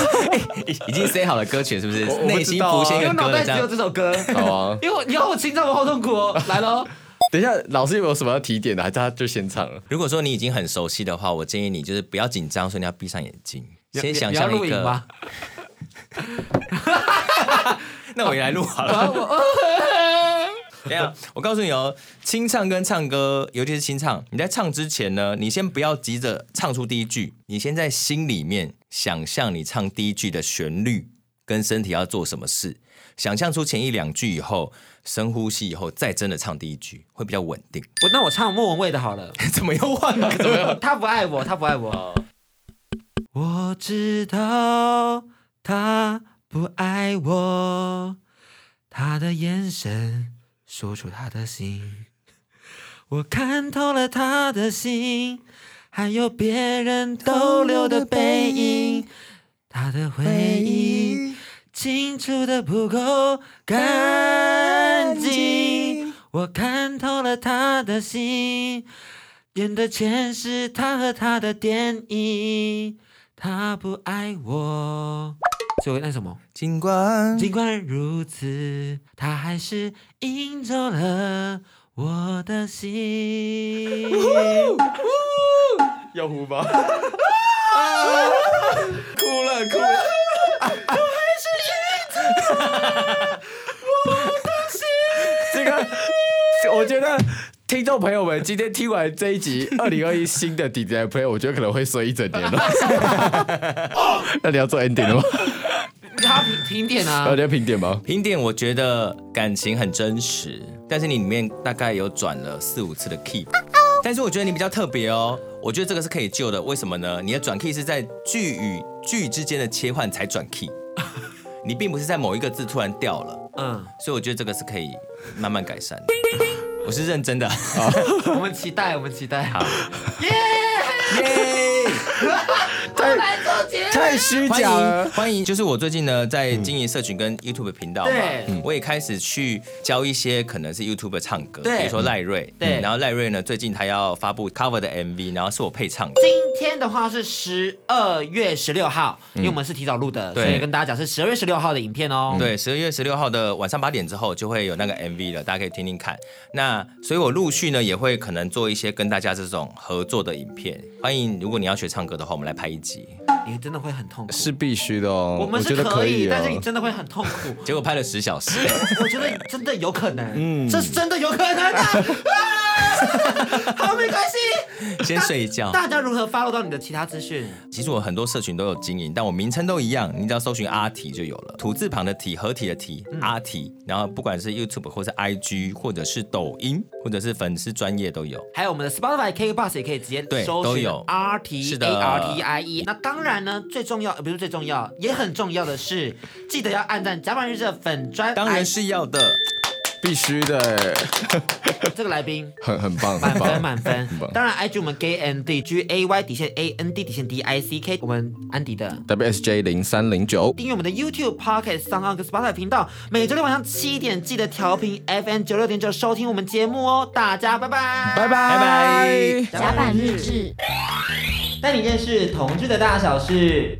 [SPEAKER 4] 已已经 say 好了歌曲是不是
[SPEAKER 3] 我我？不
[SPEAKER 4] 内 心
[SPEAKER 3] 知道啊
[SPEAKER 4] 浮现一
[SPEAKER 2] 因为
[SPEAKER 4] 个
[SPEAKER 2] 我脑
[SPEAKER 4] 歌
[SPEAKER 2] 袋
[SPEAKER 4] 的
[SPEAKER 2] 只有这
[SPEAKER 4] 这样。哦
[SPEAKER 2] 首歌。
[SPEAKER 3] 好啊。
[SPEAKER 2] 因为我你要我心脏我好痛苦哦，来喽。
[SPEAKER 3] 等一下，老师有没有什么要提点的？还是他就先唱了？
[SPEAKER 4] 如果说你已经很熟悉的话，我建议你就是不要紧张，所以你要闭上眼睛，先想
[SPEAKER 2] 你要
[SPEAKER 4] 象
[SPEAKER 2] 录
[SPEAKER 4] 一
[SPEAKER 2] 影
[SPEAKER 4] 个
[SPEAKER 2] 吗。？
[SPEAKER 4] 那我也来录好了。 等一下，我告诉你哦，清唱跟唱歌，尤其是清唱，你在唱之前呢，你先不要急着唱出第一句，你先在心里面想象你唱第一句的旋律跟身体要做什么事，想象出前一两句以后，深呼吸以后，再真的唱第一句，会比较稳定。
[SPEAKER 2] 我那我唱莫文蔚的好了。
[SPEAKER 4] 怎么又换了？怎么哦又？
[SPEAKER 2] 他不爱我，他不爱我。我知道他不爱我，他的眼神说出他的心，我看透了他的心，还有别人逗留的背影，他的回忆清除的不够干净，我看透了他的心。演的全是他和他的电影，他不爱我。所以我那什么，
[SPEAKER 4] 尽管
[SPEAKER 2] 尽管如此，他还是赢走了我的心。
[SPEAKER 3] 要哭吗？
[SPEAKER 2] 啊
[SPEAKER 3] 哭了哭了。这个，我觉得听众朋友们今天听完这一集二零二一新的 DJ Play，我觉得可能会睡一整年了。那你要做 ending 了吗？
[SPEAKER 2] 他评评点
[SPEAKER 3] 要
[SPEAKER 2] 啊，
[SPEAKER 3] 你要评点吗？
[SPEAKER 4] 评点，我觉得感情很真实，但是你里面大概有转了四五次的 key，但是我觉得你比较特别哦，我觉得这个是可以救的，为什么呢？你的转 key 是在句与句之间的切换才转 key，你并不是在某一个字突然掉了，
[SPEAKER 2] 嗯，
[SPEAKER 4] 所以我觉得这个是可以慢慢改善的。我是认真的，
[SPEAKER 2] 我们期待，我们期待。耶！
[SPEAKER 4] 耶！
[SPEAKER 2] 我来做节目。
[SPEAKER 3] 太虚
[SPEAKER 4] 欢
[SPEAKER 3] 假了
[SPEAKER 4] 迎。欢迎，就是我最近呢在经营社群跟 YouTube 频道嘛
[SPEAKER 2] 对，
[SPEAKER 4] 嗯我也开始去教一些可能是 YouTube 唱歌，
[SPEAKER 2] 对
[SPEAKER 4] 比如说赖
[SPEAKER 3] 嗯
[SPEAKER 4] 瑞，嗯
[SPEAKER 2] 对
[SPEAKER 4] 然后赖瑞呢最近他要发布 cover 的 MV，然后是我配唱的，
[SPEAKER 2] 今天的话是十二月十六号，因为我们是提早录的，
[SPEAKER 4] 嗯对
[SPEAKER 2] 所以跟大家讲是十二月十六号的影片
[SPEAKER 3] 嗯
[SPEAKER 2] 哦。，
[SPEAKER 4] 对，十二月十六号的晚上八点之后就会有那个 MV 了，大家可以听听看。那所以我陆续呢也会可能做一些跟大家这种合作的影片，欢迎如果你要学唱歌的话，我们来拍一集。
[SPEAKER 2] 你真的会很痛苦。
[SPEAKER 3] 是必须的哦，
[SPEAKER 2] 我们
[SPEAKER 3] 觉
[SPEAKER 2] 是
[SPEAKER 3] 得
[SPEAKER 2] 可以，
[SPEAKER 3] 哦
[SPEAKER 4] 啊
[SPEAKER 2] 但是你真的会很痛苦。
[SPEAKER 4] 结果拍了十小时，
[SPEAKER 2] 我觉得真的有可能，嗯，这是真的有可能 啊！啊好，没关系。
[SPEAKER 4] 先睡一觉。
[SPEAKER 2] 大家如何 follow 到你的其他资讯？
[SPEAKER 4] 其实我很多社群都有经营，但我名称都一样，你只要搜寻阿提就有了，土字旁的提，合体的体，阿提。然后不管是 YouTube 或是 IG，或者是抖音，或者是粉丝专业都有。
[SPEAKER 2] 还有我们的 Spotify、K Bus 也可以直接
[SPEAKER 4] 对
[SPEAKER 2] 搜
[SPEAKER 4] 都
[SPEAKER 2] 寻
[SPEAKER 4] 有
[SPEAKER 2] R T
[SPEAKER 4] 是
[SPEAKER 2] A
[SPEAKER 4] 的
[SPEAKER 2] R T I E。那当然呢，最重要呃不是最重要，也很重要的是，记得要按赞甲板日志的粉砖。
[SPEAKER 4] 当然是要的，
[SPEAKER 3] 必须的，
[SPEAKER 2] 哎这个来宾。
[SPEAKER 3] 很很 棒，
[SPEAKER 2] 满
[SPEAKER 3] 很
[SPEAKER 2] 分
[SPEAKER 3] 棒，
[SPEAKER 2] 满分
[SPEAKER 3] 很棒，
[SPEAKER 2] 当然，IG 我们 Gay and D G A Y 底线 A N D 底线 D I C K，我们安迪的
[SPEAKER 3] WSJ 零三零九，
[SPEAKER 2] 订阅我们的 YouTube、Pocket、s o n 跟 Spotify 频道，每周六晚上七点记得调频 FM 九六点九收听我们节目哦。大家拜拜，
[SPEAKER 3] 拜拜拜
[SPEAKER 2] 甲板日
[SPEAKER 1] 志。
[SPEAKER 2] 带你认识同志的大小事。